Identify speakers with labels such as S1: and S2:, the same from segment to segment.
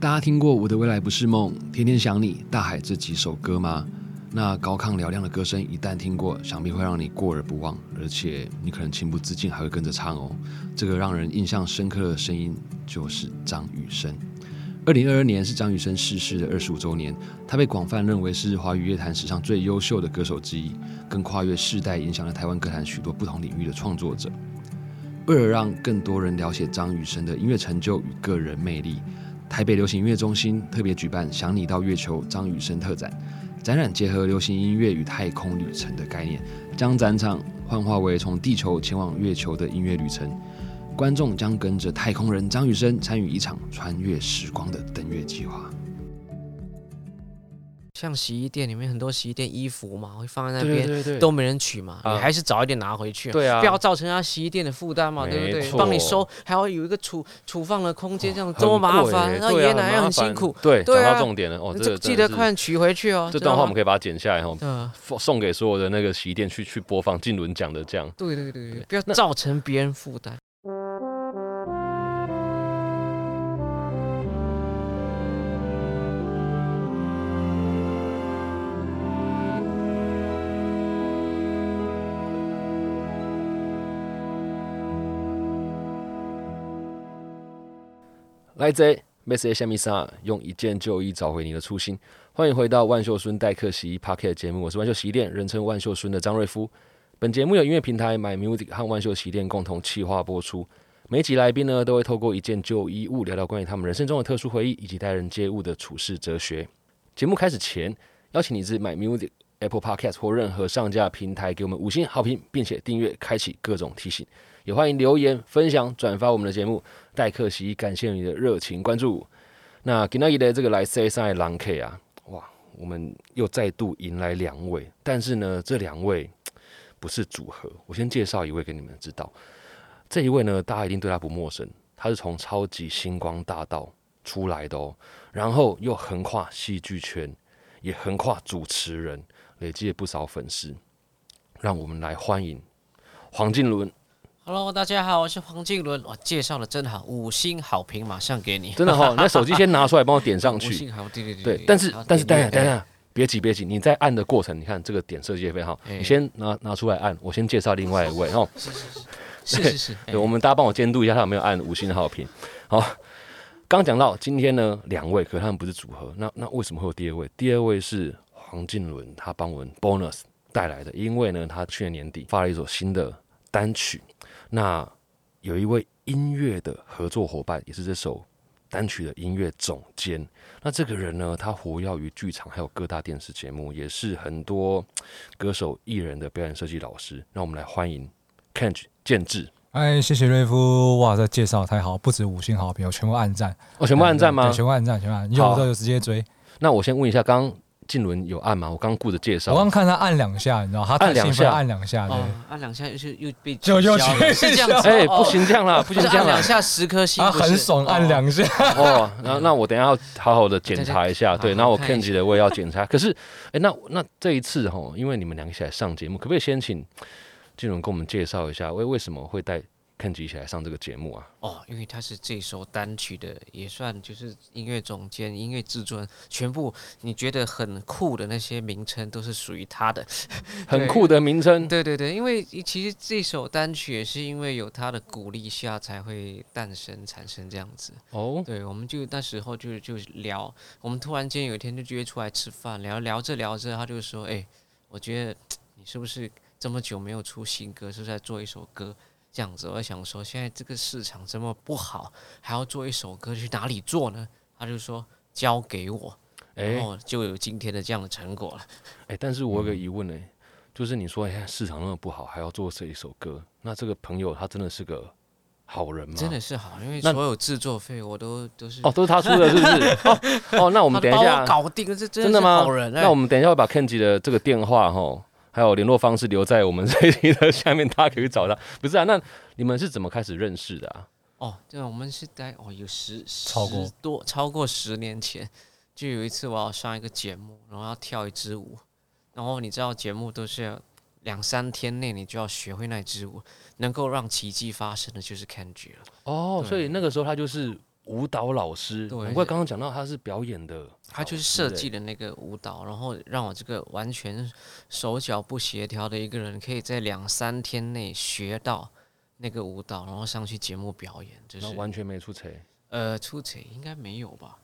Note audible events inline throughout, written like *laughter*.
S1: 大家听过《我的未来不是梦》《天天想你》《大海》这几首歌吗？那高亢嘹亮的歌声一旦听过，想必会让你过而不忘，而且你可能情不自禁还会跟着唱哦。这个让人印象深刻的声音就是张雨生。二零二二年是张雨生逝世的二十五周年，他被广泛认为是华语乐坛史上最优秀的歌手之一，更跨越世代影响了台湾歌坛许多不同领域的创作者。为了让更多人了解张雨生的音乐成就与个人魅力，台北流行音乐中心特别举办“想你到月球”张雨生特展，展览结合流行音乐与太空旅程的概念，将展场幻化为从地球前往月球的音乐旅程。观众将跟着太空人张雨生参与一场穿越时光的登月计划。
S2: 像洗衣店里面很多洗衣店衣服嘛，会放在那
S3: 对
S2: 边
S3: 对对，
S2: 都没人取嘛，
S3: 啊
S2: 你还是早一点拿回去，
S3: 对啊
S2: 不要造成他洗衣店的负担嘛，对不
S3: 没
S2: 对？
S3: 错哦
S2: 帮你收，还要有一个储储放的空间，这样
S3: 很
S2: 多麻
S3: 贵
S2: 烦，
S3: 欸
S2: 那
S3: 对
S2: 爷
S3: 啊
S2: 爷奶奶
S3: 麻
S2: 很辛
S3: 烦
S2: 苦。
S3: 对，
S2: 对
S3: 讲
S2: 啊
S3: 到重点了哦，这
S2: 这
S3: 个
S2: 记
S3: 真的
S2: 得
S3: 是
S2: 快点取回去哦。
S3: 这
S2: 知
S3: 段
S2: 道
S3: 话
S2: 吗
S3: 我们可以把它剪下来哦，
S2: 嗯，
S3: 送送给所有的那个洗衣店去去播放静伦讲的这样。
S2: 对对对，对不要
S3: 那
S2: 造成别人负担。
S3: 来 Z Miss 虾米莎，用一件旧衣找回你的初心。欢迎回到万秀孙代客洗衣 Pocket 节目，我是万秀洗衣店，人称万秀孙的张瑞夫。本节目由音乐平台 My Music 和万秀洗衣店共同企划播出。每一集来宾呢，都会透过一件旧衣物聊聊关于他们人生中的特殊回忆，以及待人接物的处事哲学。节目开始前，邀请你至 My Music、Apple Podcast 或任何上架平台给我们五星好评，并且订阅，开启各种提醒。也欢迎留言、分享、转发我们的节目。戴克西，感谢你的热情关注。那今天的这个来 C 上的狼 K 啊，哇，我们又再度迎来两位，但是呢，这两位不是组合。我先介绍一位给你们知道，这一位呢，大家一定对他不陌生，他是从超级星光大道出来的哦，然后又横跨戏剧圈，也横跨主持人，累积了不少粉丝。让我们来欢迎黄靖伦，
S2: Hello，大家好，我是黄靖伦。哇，介绍的真好，五星好评马上给你。
S3: 真的哈、哦，你的手机先拿出来帮我点上
S2: 五
S3: 去。
S2: 星好，对对
S3: 对，哎但是
S2: 好
S3: 但是等一
S2: 点阅
S3: 下等一下，别急别急，你在按的过程，你看这个点设计也非常好。
S2: 哎
S3: 你先拿拿出来按，我先介绍另外一位哦。
S2: 是是是，哎
S3: 对，我们大家帮我监督一下他有没有按五星的好评。好，刚讲到今天呢，两位，可他们不是组合，那那为什么会有第二位？第二位是黄靖伦，他帮我们 bonus 带来的，因为呢，他去年年底发了一首新的单曲，那有一位音乐的合作伙伴，也是这首。单曲的音乐总监，那这个人呢，他活跃于剧场，还有各大电视节目，也是很多歌手艺人的表演设计老师。让我们来欢迎 Kenj 建志。
S4: 哎，谢谢瑞夫，哇，这介绍太好，不止五星好评，我全部按赞，
S3: 哦，全部按赞
S4: 对
S3: 吗？
S4: 全部按赞，全部按赞，
S3: 好
S4: 有的就直接追。
S3: 那我先问一下，刚刚静伦有按吗？我刚顾着介
S4: 我
S3: 绍
S4: 刚，看他按两下，你知道，他
S3: 啊按
S4: 太兴
S3: 两
S4: 奋
S3: 下
S4: 了按两下，对
S2: 哦，按两下就是又被
S4: 就
S2: 取
S4: 又
S2: 消了
S4: 取
S2: 是这样子，
S3: *laughs* 哎，
S2: 哦
S3: 不，行这样啦，不
S2: 不
S3: 行
S2: 是
S3: 这样啊
S2: 按
S3: 啦
S2: 两。下十颗星，
S4: 他
S2: 不是
S4: 啊很爽，按。
S2: 哦
S4: 两下， *laughs*
S3: 哦，那那我等一下要好好的检查一下，
S2: 对对
S3: 对，
S2: 好
S3: 那我
S2: 看一
S3: Kenji 的我也要检查。可是，哎，那那这一次哈，因为你们两个一起来上节目，可不可以先请静伦跟我们介绍一下，为为什么会带 Kenji 一起来上这个节目啊？
S2: 哦，因为他是这首单曲的，也算就是音乐总监、音乐制作人，全部你觉得很酷的那些名称都是属于他的。
S3: 很酷的名称，
S2: 对对对，因为其实这首单曲也是因为有他的鼓励下才会诞生、产生这样子。
S3: 哦，
S2: 对，我们就那时候就就聊，我们突然间有一天就约出来吃饭，聊聊着聊着，他就说：“哎、我觉得你是不是这么久没有出新歌，是不是在做一首歌？”这样子，我想说，现在这个市场这么不好，还要做一首歌，去哪里做呢？他就说交给我，然
S3: 哎
S2: 后就有今天的这样的成果了。
S3: 哎，但是我有
S2: 嗯
S3: 个疑问呢，就是你说哎呀市场那么不好，还要做这一首歌，那这个朋友他真的是个好人吗？
S2: 真的是好，因为
S3: 那
S2: 所有制作费我都都是
S3: 哦，都是他出的，是不是？哦，哦，那我
S2: 我
S3: 们等一下，
S2: 搞定了，这真
S3: 真
S2: 的
S3: 的
S2: 是
S3: 吗
S2: 好人哎、
S3: 那我们等一下会把 Kenji 的这个电话哈，还有联络方式留在我们这一集的下面，大家可以去找他。不是啊，那你们是怎么开始认识的啊？
S2: 哦，对，我们是在哦有十
S4: 超过
S2: 十多超过十年前，就有一次我要上一个节目，然后要跳一支舞，然后你知道节目都是要两三天内你就要学会那支舞，能够让奇迹发生的就是 Kenji 了。
S3: 哦，所以那个时候他就是舞蹈老师，
S2: 对
S3: 难
S2: 而
S3: 怪
S2: 且
S3: 刚刚讲到他是表演的老师，
S2: 他就是设计的那个舞蹈，然后让我这个完全手脚不协调的一个人，可以在两三天内学到那个舞蹈，然后上去节目表演，就
S3: 哎，然
S2: 是
S3: 后完全没出彩，因
S2: 呃出彩应该没有吧？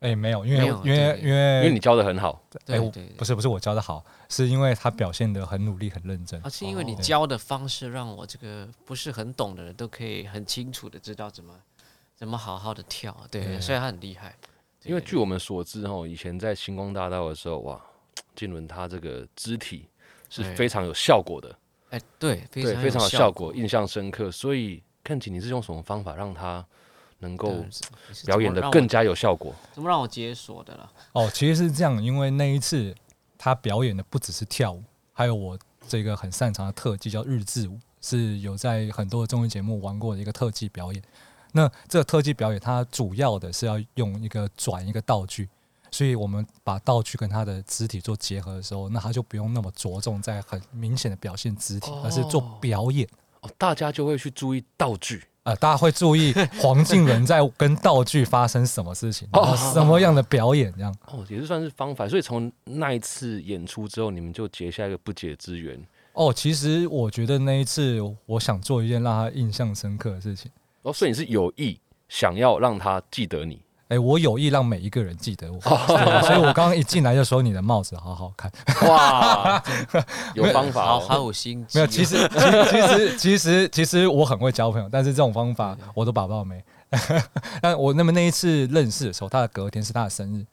S4: 哎、没有，因为
S2: 没有
S4: 因为
S2: 对
S4: 因为
S3: 为你教的很好，
S4: 哎
S2: 对
S4: 我
S2: 对对
S4: 不是不是我教的好，是因为他表现的很努力很认真
S2: 啊，。是因为你
S4: 哦
S2: 教的方式让我这个不是很懂的人都可以很清楚的知道怎么怎么好好的跳，啊对，所以他很厉害。对
S3: 因为据我们所知哦，以前在星光大道的时候，哇，静伦他这个肢体是
S2: 哎
S3: 非常有效果的，
S2: 哎，对，非
S3: 对，
S2: 常
S3: 非常有
S2: 效
S3: 效果，印象深刻。所以看起你是用什么方法让他能够
S2: 对是你是怎
S3: 表
S2: 么
S3: 演的
S2: 让我
S3: 更加有效果？
S2: 怎么让我解锁的了？
S4: 哦，其实是这样，因为那一次他表演的不只是跳舞，还有我这个很擅长的特技叫日志舞，是有在很多的综艺节目玩过的一个特技表演。那这个特技表演，它主要的是要用一个转一个道具，所以我们把道具跟他的肢体做结合的时候，那他就不用那么着重在很明显的表现肢体，而是做表演。
S3: 哦，大家就会去注意道具。
S4: 啊、大家会注意黄静伦在跟道具发生什么事情，然后什么样的表演这样。
S3: 哦，也是算是方法，所以从那一次演出之后，你们就结下一个不解之缘。
S4: 哦，其实我觉得那一次，我想做一件让他印象深刻的事情。
S3: 哦，所以你是有意想要让他记得你，
S4: 哎，我有意让每一个人记得我，对所以我刚刚一进来就说你的帽子好好看。
S2: *laughs*
S3: 哇， *laughs* 有方法
S2: 好好
S3: 哦。
S2: 有心机哦，
S4: 没有，其实其其实其实其实我很会交朋友，但是这种方法我都把不到没。 *laughs* 但我那么那一次认识的时候，他的隔天是他的生日，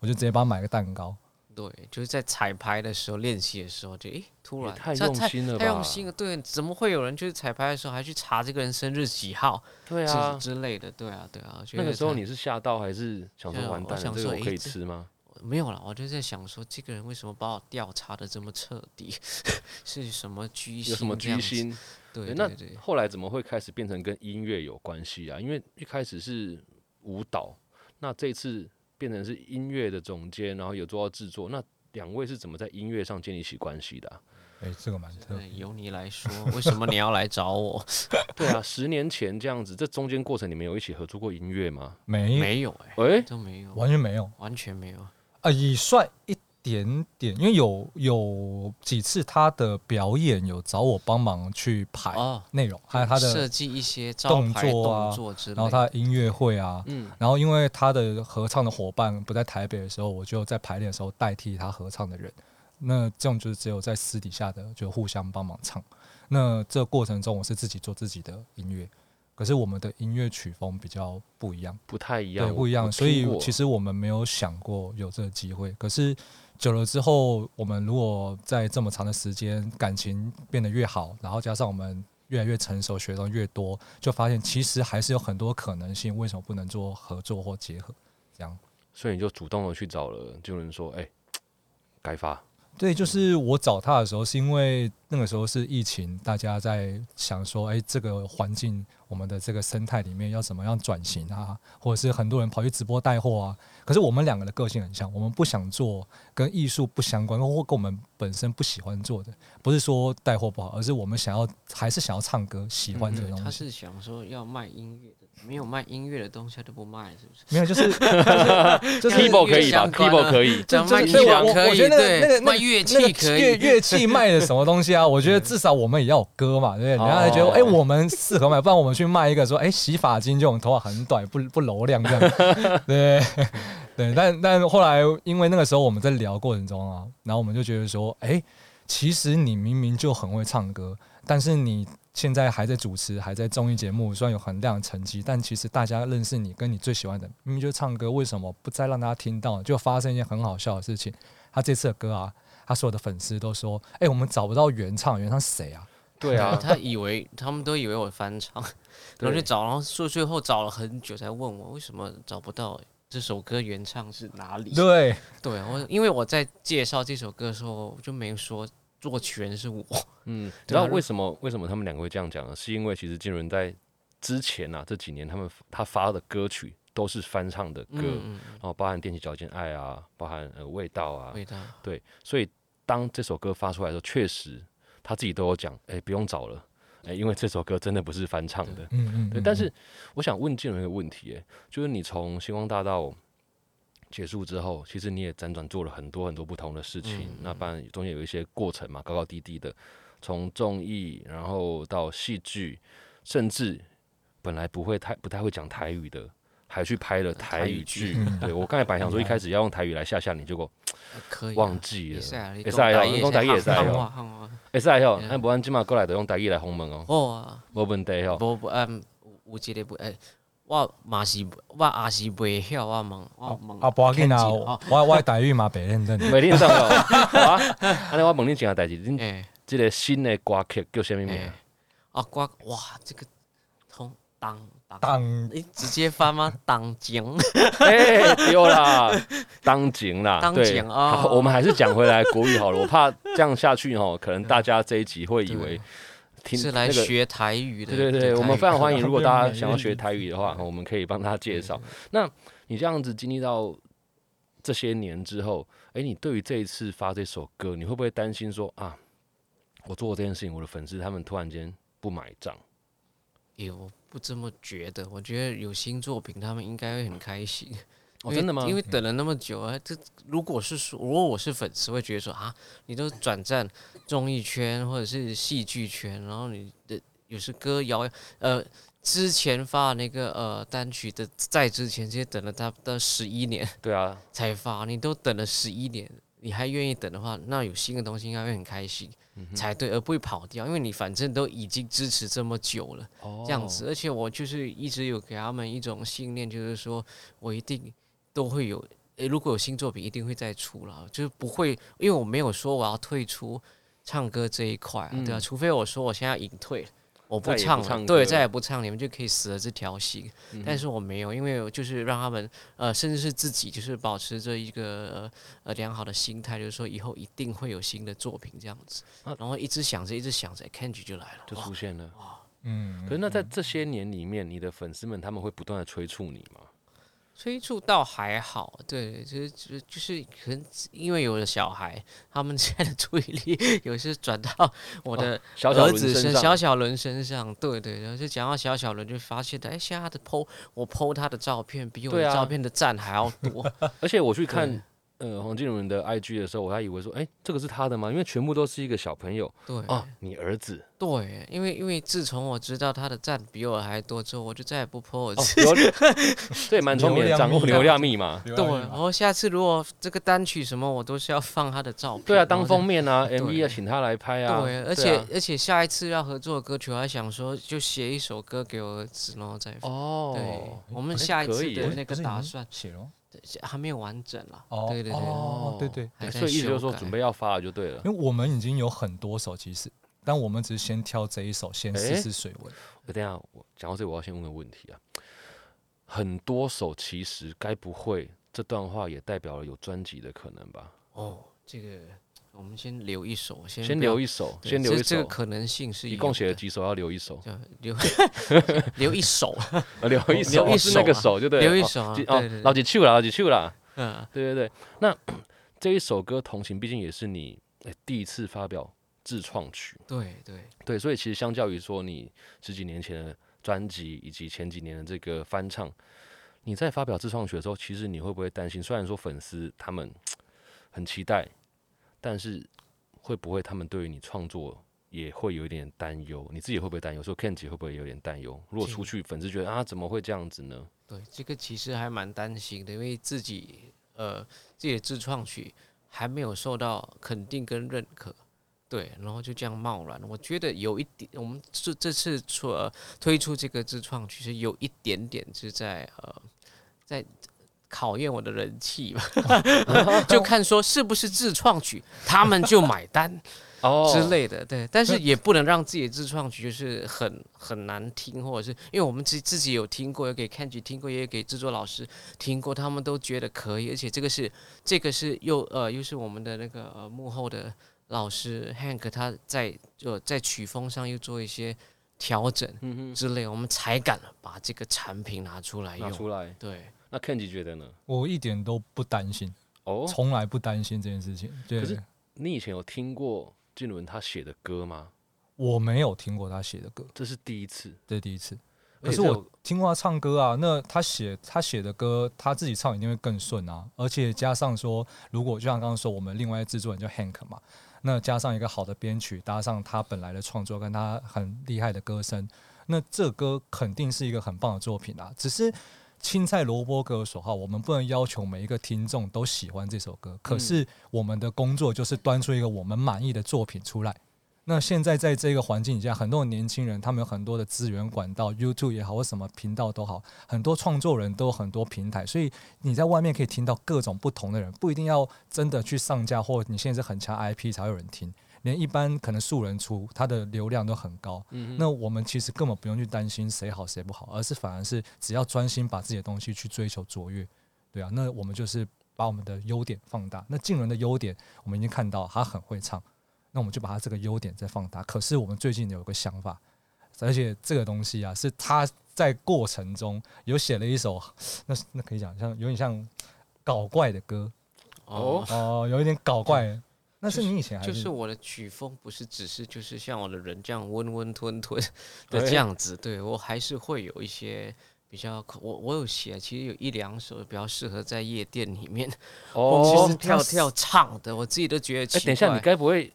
S4: 我就直接帮他买个蛋糕。
S2: 对，就是在彩排的时候练习的时候，就诶，突
S3: 也
S2: 然
S3: 太
S2: 这
S3: 用心了
S2: 太
S3: 吧
S2: 用心了。对，怎么会有人就是彩排的时候还去查这个人生日几号
S3: 对啊
S2: 之，之类的？对啊，对啊。我觉
S3: 那个
S2: 得
S3: 时候
S2: 他
S3: 你是吓到还是想
S2: 对
S3: 说
S2: 啊
S3: 完
S2: 我
S3: 蛋了，
S2: 想
S3: 这个
S2: 说
S3: 我可
S2: 诶
S3: 以
S2: 这
S3: 吃吗？
S2: 没有啦，我就在想说，这个人为什么把我调查的这么彻底？ *laughs* 是什么居心？
S3: 有什么居？心？
S2: 对
S3: 诶
S2: 对对
S3: 那，后来怎么会开始变成跟音乐有关系啊？因为一开始是舞蹈，那这次变成是音乐的总监，然后有做到制作，那两位是怎么在音乐上建立起关系的啊、
S4: 哎，这个蛮特别。
S2: 嗯由你来说，为什么你要来找我？ *laughs*
S3: 对啊，十年前这样子，这中间过程你们有一起合作过音乐吗？
S4: 没，
S2: 没有哎、
S3: 喂、
S2: 都没有，
S4: 完全没有。
S2: 完全没有。
S4: 啊，以帅一点点，因为有有几次他的表演有找我帮忙去排
S2: 哦
S4: 内容，还有哎他
S2: 设
S4: 的，
S2: 计一些招
S4: 动
S2: 牌
S4: 作啊
S2: 动作之类的，
S4: 然后他的音乐会啊，
S3: 嗯，
S4: 然后因为他的合唱的伙伴不在台北的时候，我就在排练的时候代替他合唱的人。那这种就是只有在私底下的就互相帮忙唱。那这个过程中，我是自己做自己的音乐，可是我们的音乐曲风比较不一样。
S3: 不太一样，
S4: 对，
S3: 我
S4: 不一样。
S3: 我
S4: 所
S3: 听
S4: 以
S3: 过
S4: 其实我们没有想过有这个机会，可是久了之后，我们如果在这么长的时间，感情变得越好，然后加上我们越来越成熟，学到越多，就发现其实还是有很多可能性，为什么不能做合作或结合？这样。
S3: 所以你就主动的去找了，就有人说，哎、该发，
S4: 对，就是我找他的时候，是因为那个时候是疫情，大家在想说，哎，这个环境，我们的这个生态里面要怎么样转型啊？或者是很多人跑去直播带货啊。可是我们两个的个性很像，我们不想做跟艺术不相关，或跟我们本身不喜欢做的。不是说带货不好，而是我们想要还是想要唱歌，喜欢这个
S2: 对
S4: 东
S2: 他
S4: 西。
S2: 是想说要卖音乐的，没有卖音乐的东西他就不卖，是不是？
S4: 没有，就是 *laughs*
S3: 就
S2: 是
S3: keyboard 可以吧
S2: 相关啊
S3: ？keyboard 可以，
S2: 这卖
S4: 就
S2: 音
S4: 是对我
S2: 响
S4: 我
S2: 可
S4: 我
S2: 以，
S4: 觉得那个那个
S2: 对，
S4: 那
S2: 卖乐
S4: 那
S2: 器
S4: 个
S2: 可
S4: 乐
S2: 以，
S4: 乐器卖的什么东西啊？我觉得至少我们也要有歌嘛，对不对？人家就觉
S3: 哦
S4: 得哎、诶我们适合买，不然我们去卖一个说，哎、洗发精就我们头发很短，不不柔亮这样， *laughs* 对对。但但后来因为那个时候我们在聊过程中啊，然后我们就觉得说，哎、其实你明明就很会唱歌，但是你。现在还在主持，还在综艺节目，虽然有很亮的成绩，但其实大家认识你，跟你最喜欢的明明就是唱歌，为什么不再让大家听到？就发生一件很好笑的事情，他这次的歌啊，他所有的粉丝都说：“哎、我们找不到原唱，原唱是谁啊
S3: 对啊，
S2: 他以为 *laughs* 他们都以为我翻唱，然后就找，然后最最后找了很久才问我为什么找不到欸这首歌原唱是哪？”里。
S4: 对，
S2: 对，我因为我在介绍这首歌的时候，我就没说作曲人是我，
S3: 嗯，你知
S2: 对啊
S3: 道为什么为什么他们两个会这样讲呢？是因为其实金伦在之前啊这几年，他们他发的歌曲都是翻唱的歌，
S2: 嗯，
S3: 然后包含踮起脚尖爱啊，包含呃味道啊，
S2: 味道
S3: 对，所以当这首歌发出来的时候，确实他自己都有讲，哎、不用找了，哎，因为这首歌真的不是翻唱的。
S4: 嗯嗯，
S3: 对，但是我想问建伦一个问题，哎，就是你从星光大道结束之后，其实你也辗转做了很多很多不同的事情，那当然中间有一些过程嘛，高高低低的，从综艺，然后到戏剧，甚至本来不会太不太会讲台语的。还去拍了台语剧，对我刚才本来想说一开始要用台语来吓吓你，结果
S2: 可以啊。
S3: 忘记
S2: 也是
S3: 了。
S2: 啊，你
S3: 也
S2: 讲
S3: 是啊
S2: 台
S3: 你
S2: 语
S3: 讲台语也是啊
S2: 汉话汉话。
S3: 哎，是啊，哟，
S2: 嗯
S3: 那不然今嘛过来就用台语来访问哦，
S2: 哦啊，
S3: 没问题哦。
S2: 无无嗯，有一个不诶，我嘛是我也是袂晓，我问我问
S4: 啊，不要紧啊，
S2: Kenji
S4: 我
S2: 哦
S4: 我我的台语嘛白认真，
S3: 每天上哦， *laughs* 好啊。安尼我问你一件代志，恁
S2: 诶
S3: 这个新的歌曲叫什么名
S2: 诶？，啊我哇这个通当当，
S4: 当
S2: 你直接翻
S3: *laughs*
S2: 吗？当前
S3: 哎，丢啦，当警啦，
S2: 当
S3: 对
S2: 警哦
S3: 好，我们还是讲回来国语好了，我怕这样下去哦，可能大家这一集会以为听
S2: 是来
S3: 那个
S2: 学台语的。
S3: 对对对，
S2: 台语
S3: 我们非常欢迎，如果大家想要学台语
S2: *laughs*
S3: 的话，我们可以帮他介
S2: 嗯
S3: 绍。那你这样子经历到这些年之后，哎、你对于这一次发这首歌，你会不会担心说啊，我做这件事情，我的粉丝他们突然间不买账？
S2: 诶，我不这么觉得，我觉得有新作品，他们应该会很开心。因
S3: 哦，
S2: 为
S3: 真的吗？
S2: 因为等了那么久啊，这如果是说，如果我是粉丝，会觉得说啊，你都转战综艺圈或者是戏剧圈，然后你的有时歌谣呃之前发的那个呃单曲的，在之前这些等了他到十一年
S3: 对啊，
S2: 才发，你都等了十一年，你还愿意等的话，那有新的东西应该会很开心、才对，而不会跑掉，因为你反正都已经支持这么久了。
S3: 哦
S2: 这样子，而且我就是一直有给他们一种信念，就是说我一定都会有，诶，如果有新作品，一定会再出啦，就是不会，因为我没有说我要退出唱歌这一块、啊，对啊，除非我说我现在隐退了，我
S3: 嗯再
S2: 不
S3: 也不
S2: 唱了，
S3: 唱歌嗯
S2: 对，再也不唱，你们就可以死了这条心。但是我没有，因为我就是让他们，呃，甚至是自己，就是保持着一个呃呃良好的心态，就是说以后一定会有新的作品这样子，然后一直想着，一直想着，Kenji 就来了，
S3: 啊就
S2: 哇
S3: 出现了。
S4: 嗯
S3: 可是那在这些年里面，你的粉丝们他们会不断的催促你吗？
S2: 催促倒还好，对，就是就就是可能因为有了小孩，他们现在的注意力 *laughs* 有时转到我的
S3: 哦小小
S2: 儿
S3: 轮
S2: 子
S3: 身
S2: 身、
S3: 上，
S2: 小小伦身上，对对，然后就讲到小小伦，就发现哎，现在他的 PO 我 PO 他的照片比我
S3: 对
S2: 的
S3: 啊
S2: 照片的赞还要多，
S3: *laughs* 而且我去看呃黄金荣的 IG 的时候，我还以为说，哎、这个是他的吗？因为全部都是一个小朋友
S2: 对
S3: 啊，你儿子。
S2: 对，因为因为自从我知道他的赞比我还多之后，我就再也不 PO 我
S3: 哦
S2: 自，
S3: 流这也蛮聪明的，
S4: 流量密码
S3: 掌握流量密码。
S2: 对，啊
S4: 啊
S2: 哦然后下次如果这个单曲什么，我都是要放他的照片。
S3: 对啊，
S2: 然
S3: 当
S2: 后再
S3: 封面啊
S2: 对
S3: ，MV 啊，请他来拍啊。
S2: 对，而且、
S3: 对啊
S2: 而且下一次要合作的歌曲，我还想说就写一首歌给我儿子，然后再放。对
S3: 哦，，
S2: 我们下一
S3: 可
S2: 次
S3: 以
S2: 的
S3: 耶
S2: 那个打算
S4: 写了吗，
S2: 还没有完整啦。
S4: 哦
S2: 对对对，
S4: 哦对对，
S2: 还在
S3: 所以意思就是
S2: 修
S3: 说
S2: 改
S3: 准备要发了就对了
S4: 因。为我们已经有很多首其实，但我们只是先挑这一首先试试水温。
S3: 我等一下我讲到这，我要先问个问题啊。很多首其实该不会这段话也代表了有专辑的可能吧？
S2: 哦，这个我们先留一首，先
S3: 先
S2: 不要
S3: 留一首，
S2: 对
S3: 先留
S2: 这
S3: 一
S2: 这个
S3: 首。
S2: 可能性是
S3: 一
S2: 有
S3: 共写了
S2: 的
S3: 几首？要留一首，
S2: *laughs* 就留留一首，
S3: 呃留一首，
S2: 留一
S3: 哦是那个
S2: 首啊
S3: 手就对了，
S2: 留一
S3: 哦
S2: 首啊
S3: 几
S2: 对
S3: 哦
S2: 对，对
S3: 老几去了，老几去了。
S2: 嗯，
S3: 对对对，那 *clears throat* 这一首歌《同行》毕竟也是你、哎第一次发表自创曲，
S2: 对对
S3: 对，所以其实相较于说你十几年前的专辑以及前几年的这个翻唱，你在发表自创曲的时候，其实你会不会担心？虽然说粉丝他们很期待，但是会不会他们对于你创作？也会有一点担忧，你自己会不会担忧？说 Ken 姐会不会有点担忧？如果
S2: 这
S3: 出去粉丝觉得啊，怎么会这样子呢？
S2: 对，这个其实还蛮担心的，因为自己呃自己的自创曲还没有受到肯定跟认可，对，然后就这样贸然，我觉得有一点，我们这这次出、呃、推出这个自创曲是有一点点是在呃在考验我的人气吧， *laughs* 就看说是不是自创曲他们就买单
S3: 哦
S2: 之类的，对，但是也不能让自己的自创曲就是很很难听，或者是因为我们自自己有听过，有给 Kenji 听过，也给制作老师听过，他们都觉得可以，而且这个是这个是又呃又是我们的那个呃幕后的老师 Hank 他在呃在曲风上又做一些调整
S3: 嗯
S2: 之类，我们才敢把这个产品拿出来
S3: 拿
S2: 用，
S3: 出来。
S2: 对，
S3: 那 Ken 姐觉得呢？
S4: 我一点都不担心，
S3: 哦，
S4: 从来不担心这件事情。对
S3: 可，是你以前有听过俊伦他写的歌吗？
S4: 我没有听过他写的歌，
S3: 这是第一次。
S4: 这是第一次。
S3: 而
S4: 可
S3: 且
S4: 是
S3: 这
S4: 我
S3: 首
S4: 听过他唱歌啊，那他写他写的歌，他自己唱一定会更顺啊。而且加上说，如果就像刚刚说，我们另外制作人叫 Hank 嘛，那加上一个好的编曲，搭上他本来的创作跟他很厉害的歌声，那这歌肯定是一个很棒的作品啊。只是青菜萝卜各有所好，我们不能要求每一个听众都喜欢这首歌。可是我们的工作就是端出一个我们满意的作品出来。那现在在这个环境底下，很多年轻人他们有很多的资源管道，YouTube 也好，或什么频道都好，很多创作人都有很多平台，所以你在外面可以听到各种不同的人，不一定要真的去上架或你现在是很强 IP 才会有人听，连一般可能素人出，他的流量都很高。
S3: 嗯
S4: 那我们其实根本不用去担心谁好谁不好，而是反而是只要专心把自己的东西去追求卓越，对啊，那我们就是把我们的优点放大。那静人的优点我们已经看到，他很会唱，那我们就把他这个优点再放大。可是我们最近有个想法，而且这个东西啊，是他在过程中有写了一首，那那可以讲像有点像搞怪的歌
S3: 哦，
S4: 哦，有一点搞
S2: *laughs*
S4: 怪。那是你以前还
S2: 就是
S4: 是
S2: 我的曲风不是只是就是像我的人这样温温吞吞
S4: *laughs*
S3: 哎
S2: 的这样子，对我还是会有一些比较口，我我有写，其实有一两首比较适合在夜店里面 *laughs* 蹦蹦
S3: 哦，
S2: 跳跳唱的，我自己都觉得奇
S3: 哎，
S2: 怪。
S3: 等一下，你该不会？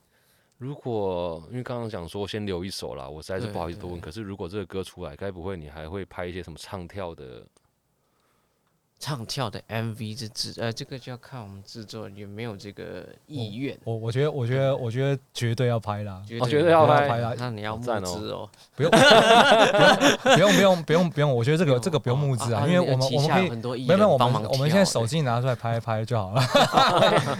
S3: 如果因为刚刚讲说先留一首啦，我实在是
S2: 对
S3: 不好意思多问。可是如果这个歌出来，该不会你还会拍一些什么唱跳的？
S2: 唱跳的 MV 这制呃，这个就要看我们制作人有没有这个
S4: 哦
S2: 意愿。
S4: 我我觉得我觉得我觉得绝对要拍啦，
S2: 绝
S3: 哦
S2: 对
S3: 绝对要
S4: 拍
S2: 拍那你要
S3: 好
S2: 募
S3: 赞哦
S2: 资哦，
S4: 不用不用不用不用不用，我觉得这个这个不用募资啊，因为我们
S2: 哦旗
S4: 我们
S2: 下
S4: 可
S2: 有
S4: 以。
S2: 很多艺
S4: 没
S2: 人
S4: 有，没有，我
S2: 帮忙
S4: 们我们现在
S2: 跳
S4: 手机拿出来拍一拍
S2: *laughs*
S4: 就好了。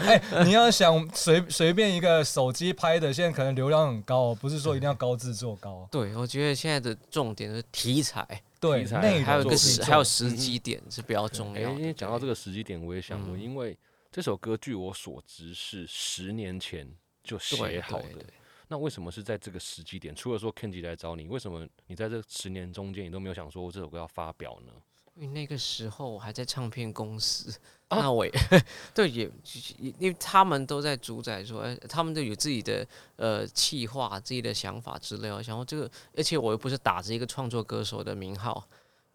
S4: 哎、你要想随随便一个手机拍的，现在可能流量很高哦，不是说一定要高制作高哦。
S2: 对，我觉得现在的重点是题材，
S4: 对，
S3: 题材
S4: 内容
S2: 还有一个
S4: 制
S2: 时，
S4: 作
S2: 还有时机点是比较重
S3: 哎，
S2: 要
S3: 嗯因为
S2: 的。
S3: 讲到这个时机点，我也想问，
S2: 嗯
S3: 因为这首歌据我所知是十年前就写
S2: 对
S3: 好
S2: 对
S3: 的
S2: 对，
S3: 那为什么是在这个时机点？除了说 Kenji 来找你，为什么你在这十年中间你都没有想说这首歌要发表呢？
S2: 因为那个时候我还在唱片公司，
S3: 啊
S2: 那我也 *laughs* 对也，因为他们都在主宰说，哎，他们都有自己的呃企划、自己的想法之类哦。然后这个，而且我又不是打着一个创作歌手的名号，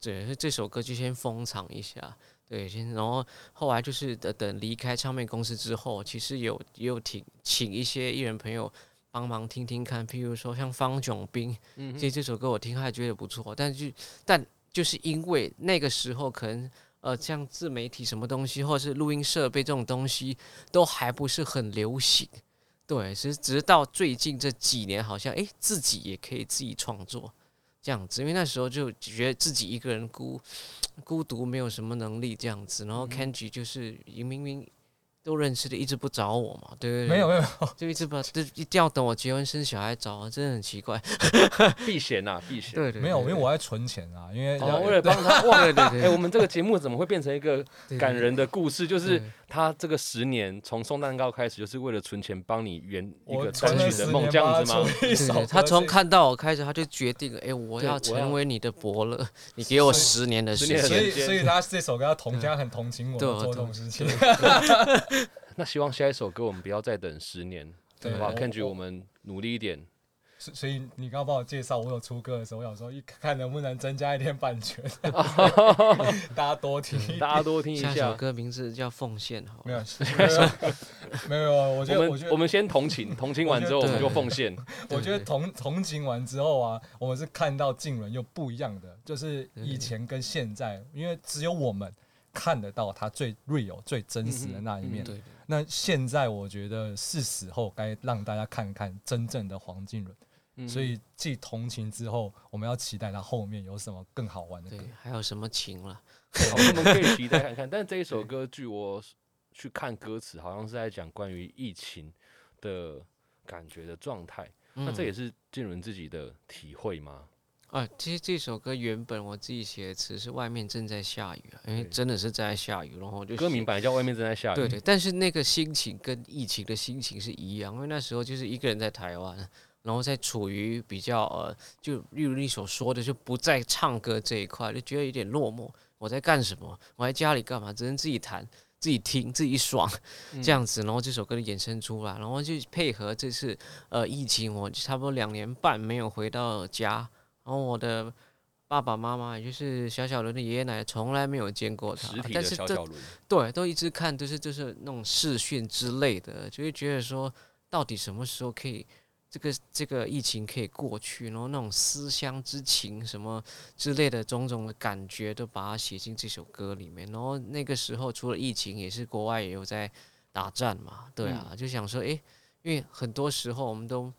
S2: 对，所以这首歌就先封藏一下，对，先然后后来就是等等离开唱片公司之后，其实有也有请请一些艺人朋友帮忙听听看，譬如说像方炯斌，
S3: 嗯
S2: 其实这首歌我听还觉得不错，但就但就是因为那个时候可能呃，像自媒体什么东西，或者是录音设备这种东西，都还不是很流行。对，其实直到最近这几年，好像诶自己也可以自己创作这样子，因为那时候就觉得自己一个人孤孤独，没有什么能力这样子。然后 Kenji 就是明明都认识的，一直不找我嘛，对对对，
S4: 没有没有，没有
S2: 就一直不就一定要等我结婚生小孩找我，真的很奇怪。
S3: 避嫌呐，避嫌。
S2: 对对
S4: 没有，因为
S2: 对
S4: 我在存钱啊，因为
S3: 哦，
S4: 要
S3: 为了帮他哇，
S2: *laughs* 对对
S3: 哎、
S2: 对
S3: 我们这个节目怎么会变成一个
S2: 对
S3: 感人
S4: 嗯
S3: 的故事？就是
S2: 对
S3: 他这个十年从送蛋糕开始，就是为了存钱帮你圆一
S4: 我
S3: 个
S4: 存
S3: 单曲
S4: 了十
S3: 的
S4: 年
S3: 梦，这样子吗
S4: 帮？ *laughs* 他出一
S2: 对
S4: 首歌
S2: 他从
S4: 所以
S2: 看到我开始，他就决定，哎、我
S3: 对
S2: 要
S3: 我要
S2: 成为你的伯乐，你给我十年的时
S3: 十年的
S4: 所
S2: 间。
S4: 以所以他这首歌他同家很同情我
S2: 对啊
S4: 做
S2: 我
S4: 这种事情。
S3: 那希望下一首歌我们不要再等十年，好
S4: 对
S3: 不好
S4: 我
S3: ？Kenji，
S4: 我
S3: 我们努力一点。
S4: 所所以你刚刚帮我介绍，我有出歌的时候，我想说一看能不能增加一点
S2: *laughs*
S4: 版权，大家多
S2: 嗯
S4: 听一点。
S3: 大家多听一
S2: 下一首
S3: 下。
S2: 歌名字叫《奉献》，好 *laughs*
S4: 没有
S2: 了，
S4: 没有没有，我觉
S3: 我
S4: 得我
S3: 们
S4: 觉得
S3: 我们先同情，同情完之后我
S2: 我觉
S3: 们
S2: 得
S3: 就
S2: 对
S3: 奉献。
S4: 我觉得同同情完之后啊，我们是看到静人又不一样的，就是以前跟现在，因为只有我们看得到他最 real、最真实的那一
S2: 嗯
S4: 面。
S2: 对，
S4: 那现在我觉得是时候该让大家看看真正的黄静人，
S3: 嗯
S4: 所以既同情之后，我们要期待他后面有什么更好玩的歌
S2: 对。，还有什么情了？
S3: 好，我们可以期待看看。但这一首歌，据我去看歌词，好像是在讲关于疫情的感觉的状态。那
S4: 嗯
S3: 这也
S2: 是
S3: 是静伦自己的体会吗？
S2: 啊，其实这首歌原本我自己写的词是外面正在下雨啊，因为
S3: 对
S2: 真的是在下雨，然后我就
S3: 歌名
S2: 写
S3: 本来叫《外面正在下雨》，
S2: 对对，但是那个心情跟疫情的心情是一样，因为那时候就是一个人在台湾，然后在处于比较呃，就例如你所说的，就不在唱歌这一块，就觉得有点落寞。我在干什么？我在家里干嘛？只能自己弹。自己听自己爽
S3: 嗯
S2: 这样子，然后这首歌就衍生出来，然后就配合这次呃疫情，我差不多两年半没有回到家，然后我的爸爸妈妈，也就是小小伦的爷爷奶奶，从来没有见过他
S3: 实，体
S2: 啊但
S3: 的
S2: 是
S3: 小
S2: 这
S3: 小轮，
S2: 对，都一直看，就是就是那种视讯之类的，就会觉得说，到底什么时候可以这个这个疫情可以过去，然后那种思乡之情什么之类的种种的感觉，都把它写进这首歌里面。然后那个时候除了疫情，也是国外也有在打仗嘛，对啊，
S3: 嗯
S2: 就想说，诶，因为很多时候我们都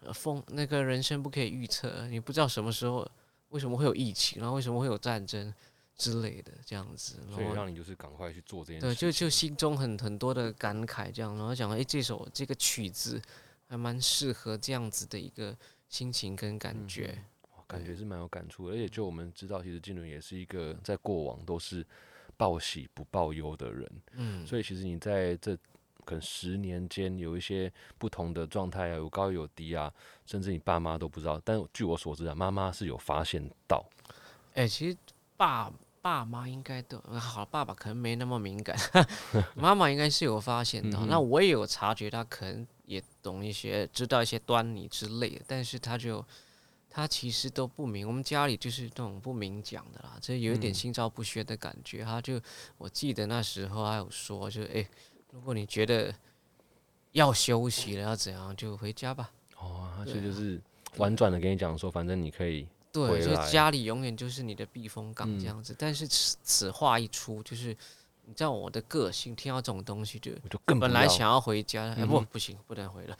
S2: 呃风那个人生不可以预测，你不知道什么时候为什么会有疫情，然后为什么会有战争。之类的这样子，然
S3: 所以
S2: 后
S3: 让你就是赶快去做这件
S2: 哦对，
S3: 事
S2: 就
S3: 情。
S2: 就心中很很多的感慨，这样，然后讲，哎、这首这个曲子还蛮适合这样子的一个心情跟感
S3: 嗯
S2: 觉。
S3: 哇感觉是蛮有感触的。而且就我们知道，其实金轮也是一个在过往都是报喜不报忧的人，
S2: 嗯，
S3: 所以其实你在这可能十年间有一些不同的状态啊，有高有低啊，甚至你爸妈都不知道。但据我所知啊，妈妈是有发现到，
S2: 哎、其实爸爸妈应该都呃好，爸爸可能没那么敏感， *laughs* 妈妈应该是有发现到，
S3: 嗯哼
S2: 那我也有察觉，他可能也懂一些，知道一些端倪之类的，但是他就。他其实都不明，我们家里就是那种不明讲的啦，这有一
S3: 嗯
S2: 点心照不宣的感觉。他就我记得那时候还有说，就是哎、如果你觉得要休息了要怎样，就回家吧。
S3: 哦，
S2: 啊
S3: 他其实就是婉转的跟你讲说，反正你可以，回
S2: 对，就
S3: 来
S2: 是家里永远就是你的避风港
S3: 嗯
S2: 这样子。但是此此话一出，就是你知道我的个性，听到这种东西就
S3: 我就更不
S2: 本来
S3: 要
S2: 想要回家，哎、不
S3: 嗯哼
S2: 不行，不能回了。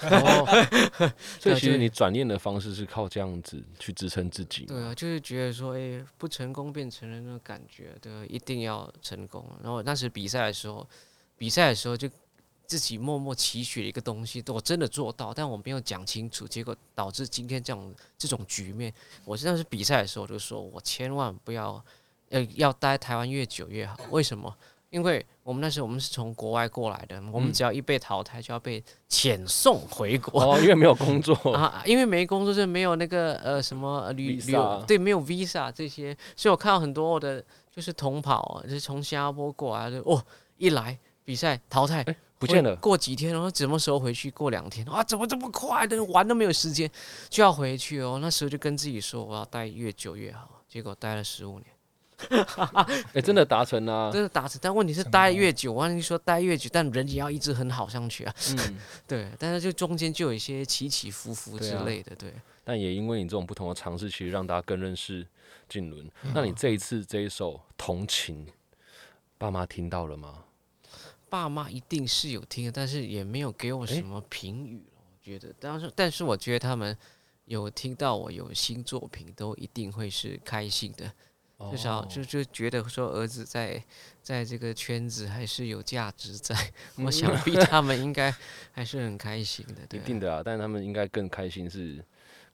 S3: 哦， *laughs* 所以
S2: 对
S3: 其实
S2: 就
S3: 你转念的方式是靠这样子去支撑自己。
S2: 对啊，就是觉得说，哎、不成功变成了那种感觉，对啊，一定要成功。啊然后那时比赛的时候，比赛的时候就自己默默期许了一个东西，我真的做到，但我没有讲清楚，结果导致今天这种这种局面。我那时比赛的时候我就说，我千万不要，呃，要待台湾越久越好。为什么？因为我们那时候我们是从国外过来的，我们
S3: 嗯
S2: 只要一被淘汰就要被遣送回国。
S3: 哦，因为没有
S2: *laughs*
S3: 工作，
S2: 啊，因为没工作就没有那个呃什么呃旅旅
S3: Visa
S2: 游，对，没有 visa 这些，所以我看到很多我的就是同跑，啊就是从新加坡过来的，哦，一来比赛淘汰。
S3: 哎不见
S2: 会
S3: 了。
S2: 过几天，然后什么时候回去？过两天啊，怎么这么快的？玩都没有时间就要回去哦。那时候就跟自己说，我要待越久越好。结果待了十五年，
S3: 哎、真的达成啦、
S2: 真的达成。但问题是
S4: 成
S2: 待
S4: 功
S2: 越久，我跟你说待越久，但人也要一直很好上去啊。
S3: 嗯，
S2: *laughs* 对，但是就中间就有一些起起伏伏
S3: 对
S2: 之
S3: 啊
S2: 类的，对。
S3: 但也因为你这种不同的尝试，其实让大家更认识静伦。那
S2: 嗯
S3: 你这一次这一首《同情》，爸妈听到了吗？
S2: 爸妈一定是有听的，但是也没有给我
S3: 诶
S2: 什么评语了。我觉得，但是但是我觉得他们有听到我有新作品，都一定会是开心的，
S3: 哦
S2: 至少哦就就觉得说儿子在在这个圈子还是有价值在。我想必他们应该还是很开心的，
S3: 嗯 *laughs* 一
S2: 对啊、
S3: 定的啊，但他们应该更开心是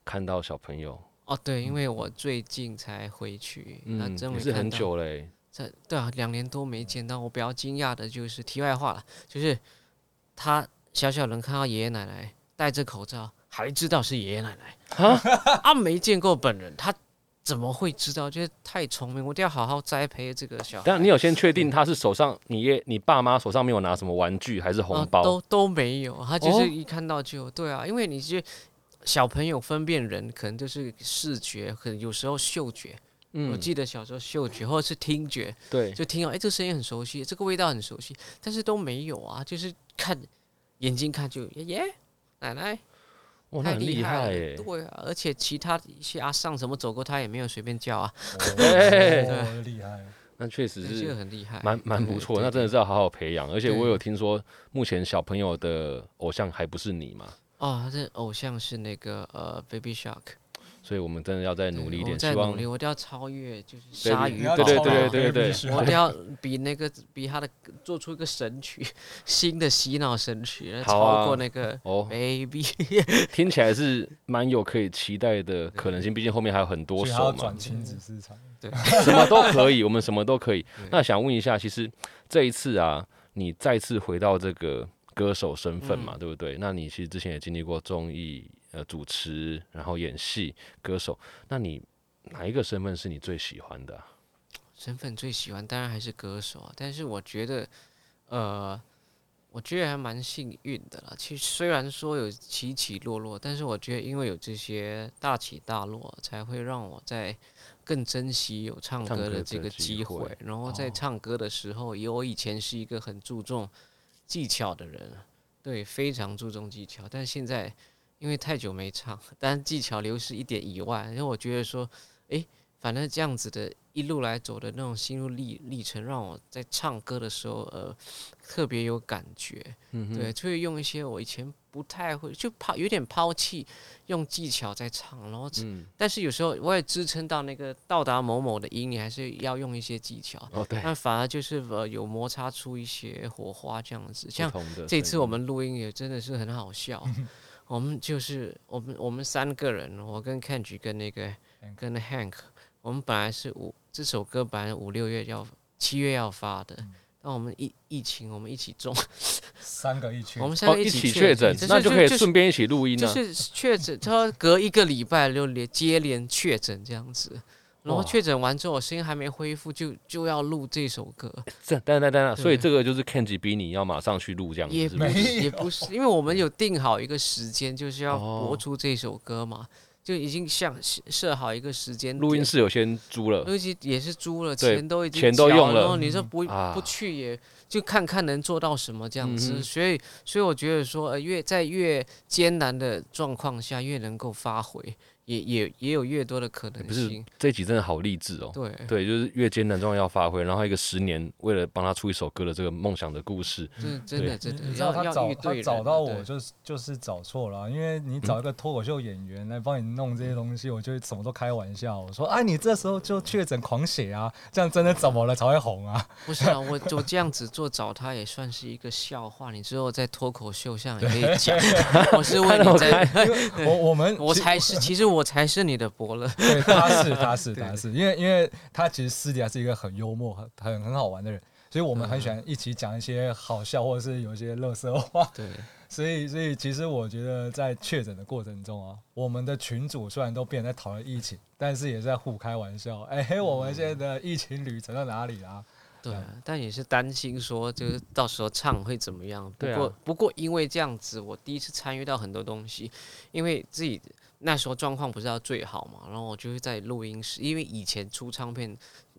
S3: 看到小朋友，
S2: 哦，对，因为我最近才回去，那
S3: 嗯，
S2: 真
S3: 也
S2: 的
S3: 是
S2: 看
S3: 很
S2: 到
S3: 久嘞、欸
S2: 这对啊，两年多没见到。我比较惊讶的就是题外话了，就是他小小能看到爷爷奶奶戴着口罩，还知道是爷爷奶奶啊， *laughs* 啊没见过本人，他怎么会知道？就是太聪明，我一定要好好栽培这个小孩。
S3: 但你有先确定他是手上，你爷你爸妈手上没有拿什么玩具还是红包？
S2: 啊、都都没有，他就
S3: 哦
S2: 是一看到就、对啊，因为你是小朋友分辨人，可能就是视觉，可能有时候嗅觉。我
S3: 嗯，
S2: 记得小时候嗅觉或者是听觉，
S3: 对，
S2: 就听到哎、诶这个声音很熟悉，这个味道很熟悉，但是都没有啊，就是看眼睛看就爷爷奶奶
S3: 哇，
S2: 太
S3: 那很
S2: 厉
S3: 厉害欸
S2: 了
S3: 耶、
S2: 对啊，而且其他一些阿上什么走过，他也没有随便叫啊，
S4: 哦，厉害，
S3: 那确实
S2: 对
S3: 是
S2: 这个很厉害，
S3: 蛮蛮不
S2: 对
S3: 错，那
S2: 对
S3: 真的是要好好培养。而且我
S2: 对
S3: 有听说，目前小朋友的偶像还不是你嘛，
S2: 哦，他的偶像是那个呃 Baby Shark，
S3: 所以我们真的要再
S2: 对
S3: 努力一
S2: 我
S3: 点，
S2: 再
S3: 希望
S2: 努力，我一定要超越就是鲨
S3: 对
S2: 鱼
S3: 对
S2: 宝
S3: 对
S2: 宝，
S3: 对对对对
S2: 我一定要比那个比他的做出一个神曲， *laughs* 新的洗脑神曲，
S3: 好啊
S2: 超过那个
S3: 哦，
S2: Baby， *laughs*
S3: 听起来是蛮有可以期待的可能性，毕竟后面还有很多
S4: 所以他要
S3: 首嘛
S4: 转，亲子市场，
S3: 什么都可以，我们什么都可以。那想问一下，其实这一次啊，你再次回到这个歌手身份嘛，对不对？那你其实之前也经历过综艺、呃主持，然后演戏、歌手，那你哪一个身份是你最喜欢的啊、
S2: 身份最喜欢当然还是歌手啊，但是我觉得，呃，我觉得还蛮幸运的啦。其实虽然说有起起落落，但是我觉得因为有这些大起大落，才会让我在更珍惜有唱
S3: 唱
S2: 歌
S3: 歌
S2: 的这
S3: 的
S2: 个
S3: 机
S2: 机
S3: 会
S2: 会。然后在
S4: 哦
S2: 唱歌的时候，以我以前是一个很注重技巧的人，对，非常注重技巧，但现在因为太久没唱，但技巧流失一点以外，因为我觉得说，诶，反正这样子的一路来走的那种心路历历程，让我在唱歌的时候，呃，特别有感觉。
S3: 嗯
S2: 对，就会用一些我以前不太会，就抛有点抛弃用技巧在唱，然后、
S3: 嗯，
S2: 但是有时候我也支撑到那个到达某某的音，你还是要用一些技巧，
S3: 哦对，
S2: 那反而就是呃有摩擦出一些火花这样子，像
S3: 不同的嗯
S2: 这
S3: 声
S2: 次我
S3: 音
S2: 们录音也真的是很好笑，我们就是我们我们三个人，我跟 Kenji 跟那个
S4: Hank
S2: 跟 Hank，我们本来是五这首歌本来五六月要七月要发的，
S3: 嗯
S2: 但我们疫疫情我们一起中，
S4: 三个一群
S2: 我，们三
S3: 哦
S2: 个
S3: 一
S2: 起
S3: 起确诊，那就可以
S2: 是
S3: 顺便一起录音啊
S2: 就
S3: 了。
S2: 是确诊，他隔一个礼拜就连接连确诊这样子。然后
S3: 哇
S2: 确诊完之后，我声音还没恢复，就就要录这首歌，
S3: 这等等等等，所以
S2: 对
S3: 这个就是 Kenji 逼你要马上去录这样子，
S2: 也
S3: 是不
S2: 不
S3: 是
S2: 是
S4: 没
S2: 也不是，因为我们有定好一个时间，就是要播
S3: 哦
S2: 出这首歌嘛，就已经像设好一个时间
S3: 录音
S2: 点，
S3: 室有先租了，
S2: 尤其也是租了，
S3: 对
S2: 钱都已经
S3: 钱都
S2: 交
S3: 用
S2: 然
S3: 了
S2: 后你
S4: 嗯
S2: 说不、
S3: 啊
S2: 不去也就看看能做到什么这样子，
S3: 嗯哼
S2: 所以所以我觉得说，呃，越在越艰难的状况下，越能够发挥，也也也有越多的可能
S3: 不是
S2: 性，
S3: 这一集真的好励志哦。
S2: 对。
S3: 对，就是越艰难中要发挥，然后一个十年为了帮他出一首歌的这个梦想的
S2: *laughs*
S3: 故事，
S2: 这真的
S3: 对
S2: 真的，
S4: 你知道
S2: 要
S4: 他
S2: 要
S4: 找
S2: 遇对
S4: 他
S2: 人
S4: 找
S2: 了
S4: 到
S2: 对
S4: 我就是就是找错了啊，因为你找一个脱口秀演员来帮你弄这些东西，我就什么都开玩笑，我说哎，你这时候就确诊狂写啊，这样真的怎么了才会红啊？ *laughs*
S2: 不是啊，我我这样子做找他也算是一个笑话，你之后在脱口秀上也可以 *laughs* 讲。 *laughs* 我是为你在，
S4: 我我们
S2: *laughs* 我
S4: 其
S2: 才是，其实我才是你的伯乐。
S4: 对，他是他是他是，因为因为他其实私底下是一个很幽默、很很很好玩的人，所以我们很喜欢一起讲一些好笑或者是有一些乐色话。 *laughs*
S2: 对，
S4: 所以所以其实我觉得在确诊的过程中啊，我们的群主虽然都变得在讨论疫情，但是也是在互开玩笑。哎、嘿，我们现在的疫情旅程到哪里啦、
S2: 对啊，
S3: 嗯
S2: 但也是担心说，就是到时候唱会怎么样。不
S3: 对啊
S2: 过、不过因为这样子，我第一次参与到很多东西，因为自己那时候状况不是要最好嘛，然后我就会在录音室，因为以前出唱片。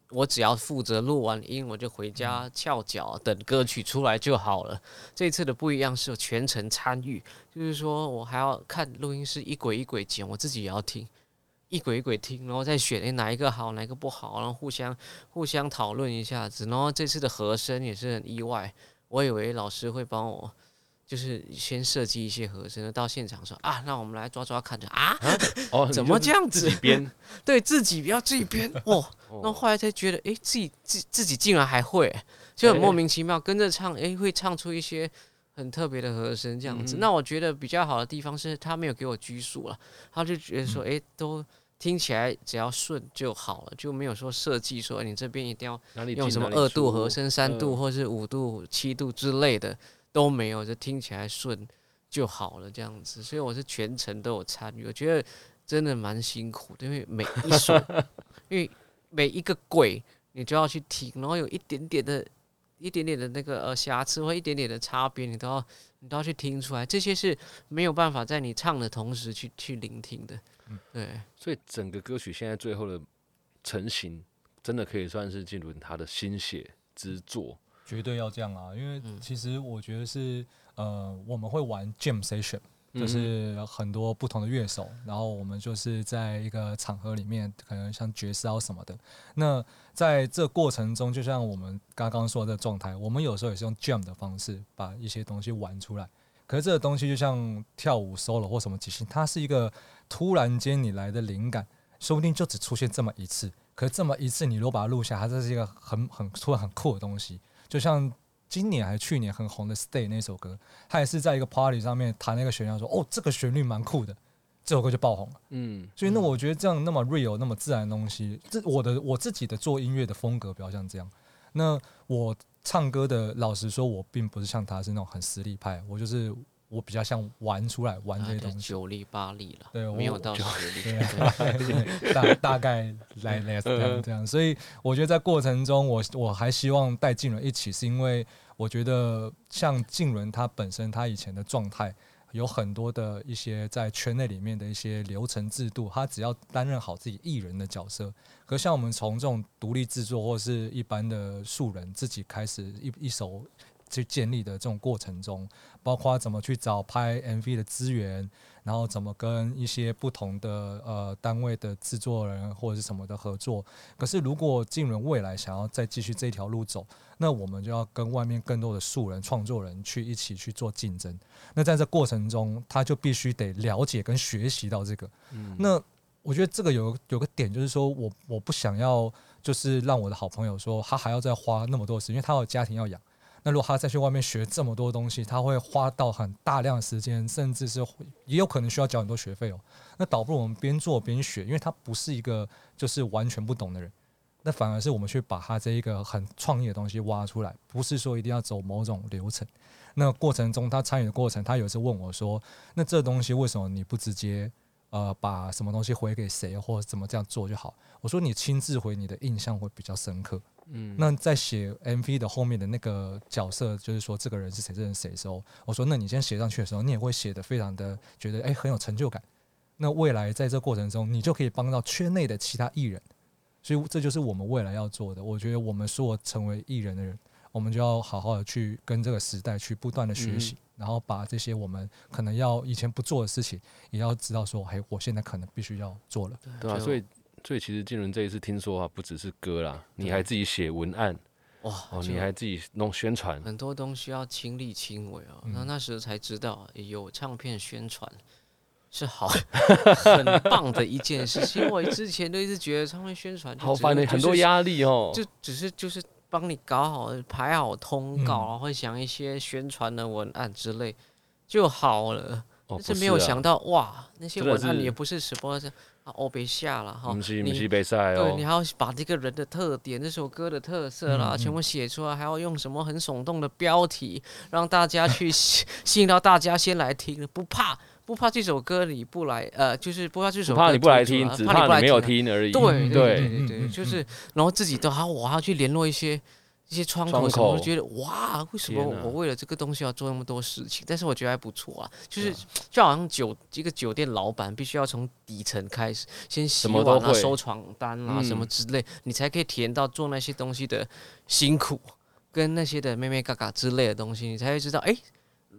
S2: 我只要负责录完音，我就回
S3: 嗯
S2: 家翘脚等歌曲出来就好了。这次的不一样是我全程参与，就是说我还要看录音师一轨一轨剪，我自己也要听，一轨一轨听，然后再选诶哪一个好，哪一个不好，然后互相互相讨论一下子。然后这次的和声也是很意外，我以为老师会帮我。就是先设计一些和声，到现场说啊，那我们来抓抓看着啊，
S3: 哦，
S2: 怎么
S3: 你
S2: 这
S3: 就
S2: 样
S3: 自
S2: 子
S3: 己？
S2: *laughs*
S3: 编？
S2: 对自己不要自己编哦。那
S3: *laughs* 哦
S2: 后来才觉得，诶，自己自自己竟然还会，就很莫
S3: 哎
S2: 名其妙跟着唱，诶，会唱出一些很特别的和声这样子。
S3: 嗯
S2: 那我觉得比较好的地方是他没有给我拘束了，他就觉得
S3: 嗯
S2: 说，诶，都听起来只要顺就好了，就没有说设计说诶你这边一定要
S3: 哪里
S2: 用
S3: 进
S2: 什么
S3: 哪里
S2: 二度
S3: 出
S2: 和声、三度
S3: 嗯
S2: 或是五度、七度之类的都没有，就听起来顺就好了这样子。所以我是全程都有参与，我觉得真的蛮辛苦的，因为每一首，因为每一个轨你就要去听，然后有一点点的、一点点的那个呃瑕疵或一点点的差别，你都要你都要去听出来，这些是没有办法在你唱的同时去去聆听的。
S4: 嗯
S2: 对，
S3: 所以整个歌曲现在最后的成型，真的可以算是进入他的心血之作。
S4: 绝对要这样啊，因为
S2: 嗯
S4: 其实我觉得是呃，我们会玩 jam session。就是
S2: 嗯
S4: 很多不同的乐手，然后我们就是在一个场合里面，可能像爵士啊什么的。那在这过程中，就像我们刚刚说的状态，我们有时候也是用 jam 的方式把一些东西玩出来。可是这个东西就像跳舞 solo 或什么即兴，它是一个突然间你来的灵感，说不定就只出现这么一次。可是这么一次，你如果把它录下，它这是一个很很突然很酷的东西。就像今年还是去年很红的《Stay》那首歌，他也是在一个 party 上面弹了一个旋律，他说哦，这个旋律蛮酷的，这首歌就爆红了。
S3: 嗯，
S4: 所以那我觉得这样那么 real、那么自然的东西，这我的我自己的做音乐的风格比较像这样。那我唱歌的，老实说，我并不是像他是那种很实力派，我就是我比较像玩出来玩
S2: 啊
S4: 这些
S2: 就
S4: 东西。
S2: 九粒八粒了，
S4: 对
S2: 没有
S4: 我
S2: 到十粒。
S4: 对啊
S2: 对
S4: 对，大大概来来这样这样，所以我觉得在过程中我，我还希望带静伦一起，是因为我觉得像静伦他本身他以前的状态。有很多的一些在圈内里面的一些流程制度，他只要担任好自己艺人的角色，可像我们从这种独立制作或是一般的素人自己开始一一手去建立的这种过程中，包括怎么去找拍 MV 的资源，然后怎么跟一些不同的呃单位的制作人或者是什么的合作。可是如果静伦未来想要再继续这条路走，那我们就要跟外面更多的素人创作人去一起去做竞争。那在这过程中，他就必须得了解跟学习到这个。那我觉得这个有有个点，就是说我我不想要，就是让我的好朋友说他还要再花那么多时间，因为他有家庭要养。那如果他再去外面学这么多东西，他会花到很大量的时间，甚至是会也有可能需要缴很多学费哦。那倒不如我们边做边学，因为他不是一个就是完全不懂的人，那反而是我们去把他这一个很创意的东西挖出来，不是说一定要走某种流程。那过程中他参与的过程，他有一次问我说：“那这东西为什么你不直接呃把什么东西回给谁，或者怎么这样做就好？”我说：“你亲自回，你的印象会比较深刻。”
S3: 嗯，
S4: 那在写 MV 的后面的那个角色，就是说这个人是谁，这个人是谁的时候，我说，那你先写上去的时候，你也会写的非常的觉得哎、诶很有成就感。那未来在这过程中，你就可以帮到圈内的其他艺人，所以这就是我们未来要做的。我觉得我们所有成为艺人的人，我们就要好好的去跟这个时代去不断的学习，然后把这些我们可能要以前不做的事情，也要知道说，嘿，哎我现在可能必须要做了。
S3: 对啊，
S2: 就
S3: 所以所以其实静伦这一次听说啊，不只是歌啦，你还自己写文案
S2: 哇，
S3: 哦，
S2: 就
S3: 你还自己弄宣传，
S2: 很多东西要亲力亲为
S3: 嗯
S2: 哦。那、那时候才知道，哎有唱片宣传是
S3: *laughs*
S2: 好很棒的一件事情。我之前都一直觉得唱片宣传就
S3: 好
S2: 只
S3: 烦
S2: 是
S3: 的，很多，压力哦。
S2: 就是就只是就是帮你搞好排好通告，
S4: 嗯
S2: 然后会想一些宣传的文案之类就好了。
S3: 哦，
S2: 但
S3: 不
S2: 是没有
S3: 啊
S2: 想，到哇，那些
S3: 真的
S2: 文案
S3: 是
S2: 也不是什么啊，欧别下了哈，
S3: 不是
S2: 你
S3: 不是比赛
S2: 对你
S3: 哦，
S2: 还要把这个人的特点、这首歌的特色啦，
S4: 嗯
S2: 全部写出来，还要用什么很耸动的标题，让大家去 *laughs* 吸吸引到大家先来听，不怕不怕这首歌你不来，呃，就是不怕这首
S3: 不
S2: 歌
S3: 怕你不
S2: 推
S3: 来
S2: 出
S3: 听，
S2: 啊
S3: 只
S2: 怕
S3: 怕
S2: 不来
S3: 你没有
S2: 啊。
S3: 听而已。
S2: 对对
S4: 嗯
S3: 对
S2: 对对，
S4: 嗯
S2: 就是然后自己都还要我还要去联络一些一些窗口
S3: 窗
S2: 什么，
S3: 口
S2: 我就觉得哇，为什么
S3: 天哪
S2: 我为了这个东西要做那么多事情？但是我觉得还不错啊，就是就好像酒一个酒店老板必须要从底层开始，先洗
S3: 什么
S2: 碗
S3: 都
S2: 啊、
S3: 会
S2: 收床单啊、
S3: 嗯
S2: 什么之类，你才可以体验到做那些东西的辛苦，跟那些的妹妹嘎嘎之类的东西，你才会知道哎。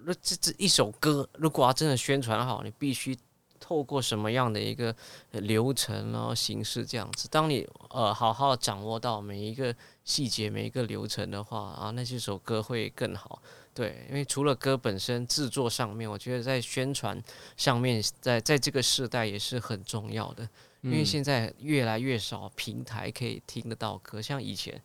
S2: 那这这一首歌，如果要真的宣传好，你必须透过什么样的一个呃流程然后形式这样子。当你呃好好掌握到每一个细节、每一个流程的话啊，那这首歌会更好。对，因为除了歌本身制作上面，我觉得在宣传上面，在在这个时代也是很重要的。因为
S3: 嗯
S2: 现在越来越少平台可以听得到歌，像以前，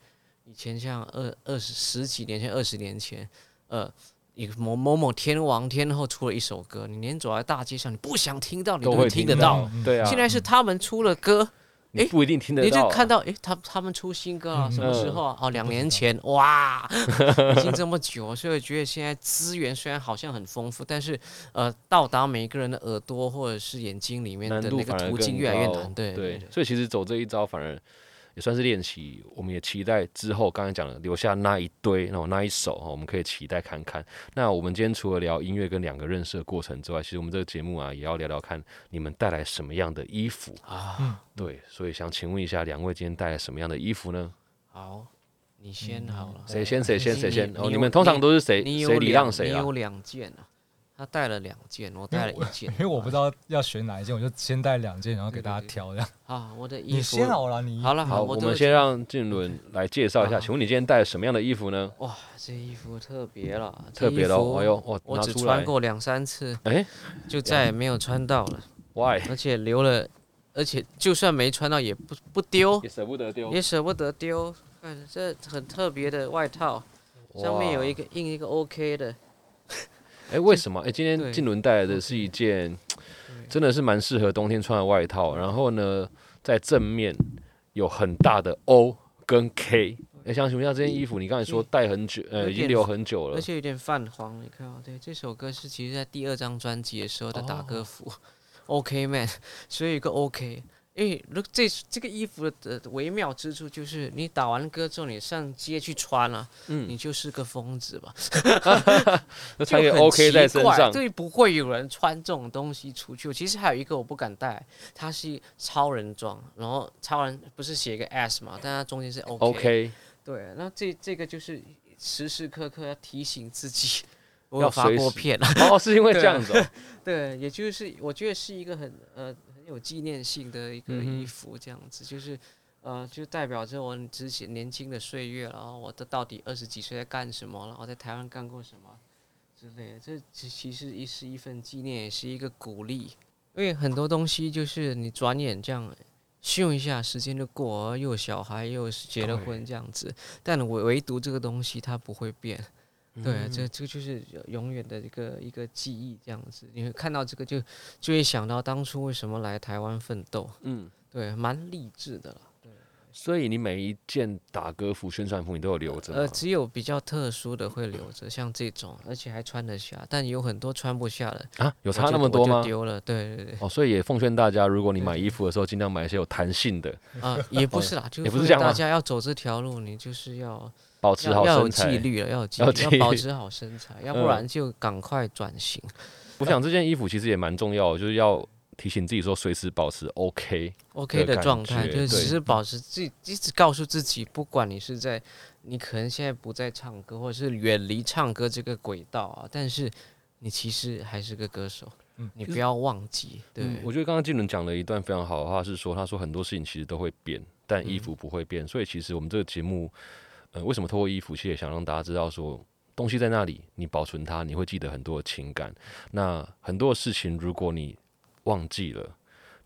S2: 以前像二二十十几年前、二十年前，呃，一个某某某天王天后出了一首歌，你连走在大街上，你不想听到，你
S3: 都
S2: 会
S3: 会
S2: 听得
S3: 听
S4: 到
S2: 到。
S4: 嗯
S3: 对啊，
S2: 现在是他们出了歌，
S3: 你不一定听得
S2: 你
S3: 到
S2: 就
S3: 啊，
S2: 看到，诶，他他们出新歌啊，
S4: 嗯
S2: 什么时候啊？哦，两年前，哇， *laughs* 已经这么久了，啊所以我觉得现在资源虽然好像很丰富，但是呃，到达每一个人的耳朵或者是眼睛里面
S3: 难
S2: 的
S3: 度
S2: 那个
S3: 反而
S2: 途径
S3: 更
S2: 越来越
S3: 高
S2: 难，对
S3: 对，所以其实走这一招反而也算是练习，我们也期待之后刚才讲的留下那一堆，然后那一首哈，我们可以期待看看。那我们今天除了聊音乐跟两个认识的过程之外，其实我们这个节目啊，也要聊聊看你们带来什么样的衣服。
S2: 啊，
S4: 嗯，
S3: 对，所以想请问一下两位今天带来什么样的衣服呢？
S2: 好，你先好了，
S3: 嗯谁先谁先谁先
S2: 哎你？
S3: 哦，
S2: 你
S3: 你
S2: 有
S3: 们通常都是谁
S2: 你有
S3: 谁礼
S2: 两
S3: 让谁
S2: 你
S3: 啊？
S2: 有两件啊，他带了两件，我带了一件，
S4: 因为我不知道要选哪一件，我就先带两件，然后给
S2: 对对
S4: 大家
S2: 对
S4: 挑这样。
S2: 啊，我的衣
S4: 你
S2: 服
S4: 先好了，你
S2: 好了
S3: 好，
S2: 我
S3: 我
S2: 都
S3: 们
S2: 已
S3: 先
S2: 经
S3: 让俊伦
S2: 嗯
S3: 来介绍一下，
S2: 好
S3: 请问你今天带了什么样的衣服呢？
S2: 哇，这衣服特别了，这
S3: 特别
S2: 衣
S3: 的哦，
S2: 服
S3: 哎呦，我
S2: 我
S3: 拿
S2: 只
S3: 出
S2: 穿
S3: 来，
S2: 过两三次，
S3: 哎
S2: 就再也没有穿到了，
S3: ，why？
S2: 而且留了，而且就算没穿到也不不丢，
S3: 也舍不得丢
S2: 也舍不得丢。看这很特别的外套，上面有一
S3: 个。
S2: 个印一个 OK 的，
S3: 哎、为什么？哎、今
S2: 对
S3: 天静伦带来的是一件真的是蛮适合冬天穿的外套，然后呢，在正面有很大的 O 跟 K，哎，想请问一下，这件衣服你刚才说戴很久，
S2: 嗯
S3: 呃，
S2: 有
S3: 已经
S2: 点
S3: 留很久了
S2: 而，且有点泛黄，你看啊，对，这首歌是其实在第二张专辑的时候的打
S3: 哦
S2: 歌服、o k man，所以有个 OK，因为如这这个衣服的的微妙之处就是，你打完歌之后你上街去穿啊，
S3: 嗯
S2: 你，就是个疯子吧，
S3: 那
S2: 就
S3: 才给
S2: 很
S3: OK
S2: 奇
S3: 在身
S2: 怪
S3: 上，
S2: 对，不会有人穿这种东西出去。其实还有一个我不敢戴，它是超人装，然后超人不是写一个 S 嘛，但它中间是 OK，,
S3: OK，
S2: 对，那这这个就是时时刻刻要提醒自己， *laughs* 我
S3: 要
S2: 有发
S3: 随
S2: 过
S3: 时
S2: 片
S3: 哦，是因为这
S2: 对啊
S3: 样子哦，
S2: 对，也就是我觉得是一个很呃很有纪念性的一个
S3: 嗯哼
S2: 衣服，这样子、就是呃就代表着我之前年轻的岁月了，然后我的到底二十几岁在干什么，然后在台湾干过什么之类的。这其其实也是一份纪念，也是一个鼓励，因为很多东西就是你转眼这样。咻一下，时间就过，又有小孩，又是结了
S1: 对
S2: 婚，这样子。但唯唯独这个东西，它不会变。
S3: 嗯
S2: 对，啊这这就是永远的一个一个记忆，这样子，你会看到这个就就会想到当初为什么来台湾奋斗，
S3: 嗯，
S2: 对，蛮励志的了。
S3: 所以你每一件打歌服、宣传服你都有留着
S2: 呃，
S3: 吗，
S2: 只有比较特殊的会留着，像这种，而且还穿得下，但有很多穿不下的，
S3: 啊，有
S2: 有
S3: 差那么多吗？
S2: 丢了，对对对，
S3: 哦，所以也奉劝大家，如果你买衣服的时候，尽量买一些有弹性的， *laughs*
S2: 啊、也不是啦，就
S3: 也不
S2: 奉
S3: 是
S2: 劝
S3: 这样
S2: 大
S3: 吗
S2: 家要走这条路，你就是要
S3: 保持
S2: 要
S3: 好
S2: 要有
S3: 身
S2: 纪
S3: 材。
S2: 律了，要有纪
S3: 要
S2: 律，要
S3: 纪
S2: 保
S3: 律
S2: 持好身
S3: *laughs*
S2: 材，要
S3: 嗯
S2: 不然就赶快转型。
S3: 我想这件衣服其实也蛮重要的，就是要提醒自己说，随时保持 OK。
S2: OK
S3: 的
S2: 的
S3: 感
S2: 状态，
S3: 觉
S2: 就是只
S3: 对嗯
S2: 是保持自己，一直告诉自己，不管你是在，你可能现在不在唱歌，或者是远离唱歌这个轨道啊，但是你其实还是个歌手，
S4: 嗯
S2: 你不要忘记，对，
S3: 嗯我觉得刚刚金伦讲了一段非常好的话，是说他说很多事情其实都会变，但
S2: 嗯
S3: 衣服不会变。所以其实我们这个节目，呃，为什么透过衣服，其实也想让大家知道说，东西在那里，你保存它，你会记得很多的情感。那很多事情，如果你忘记了，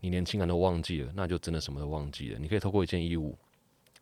S3: 你连情感都忘记了，那就真的什么都忘记了。你可以透过一件衣物。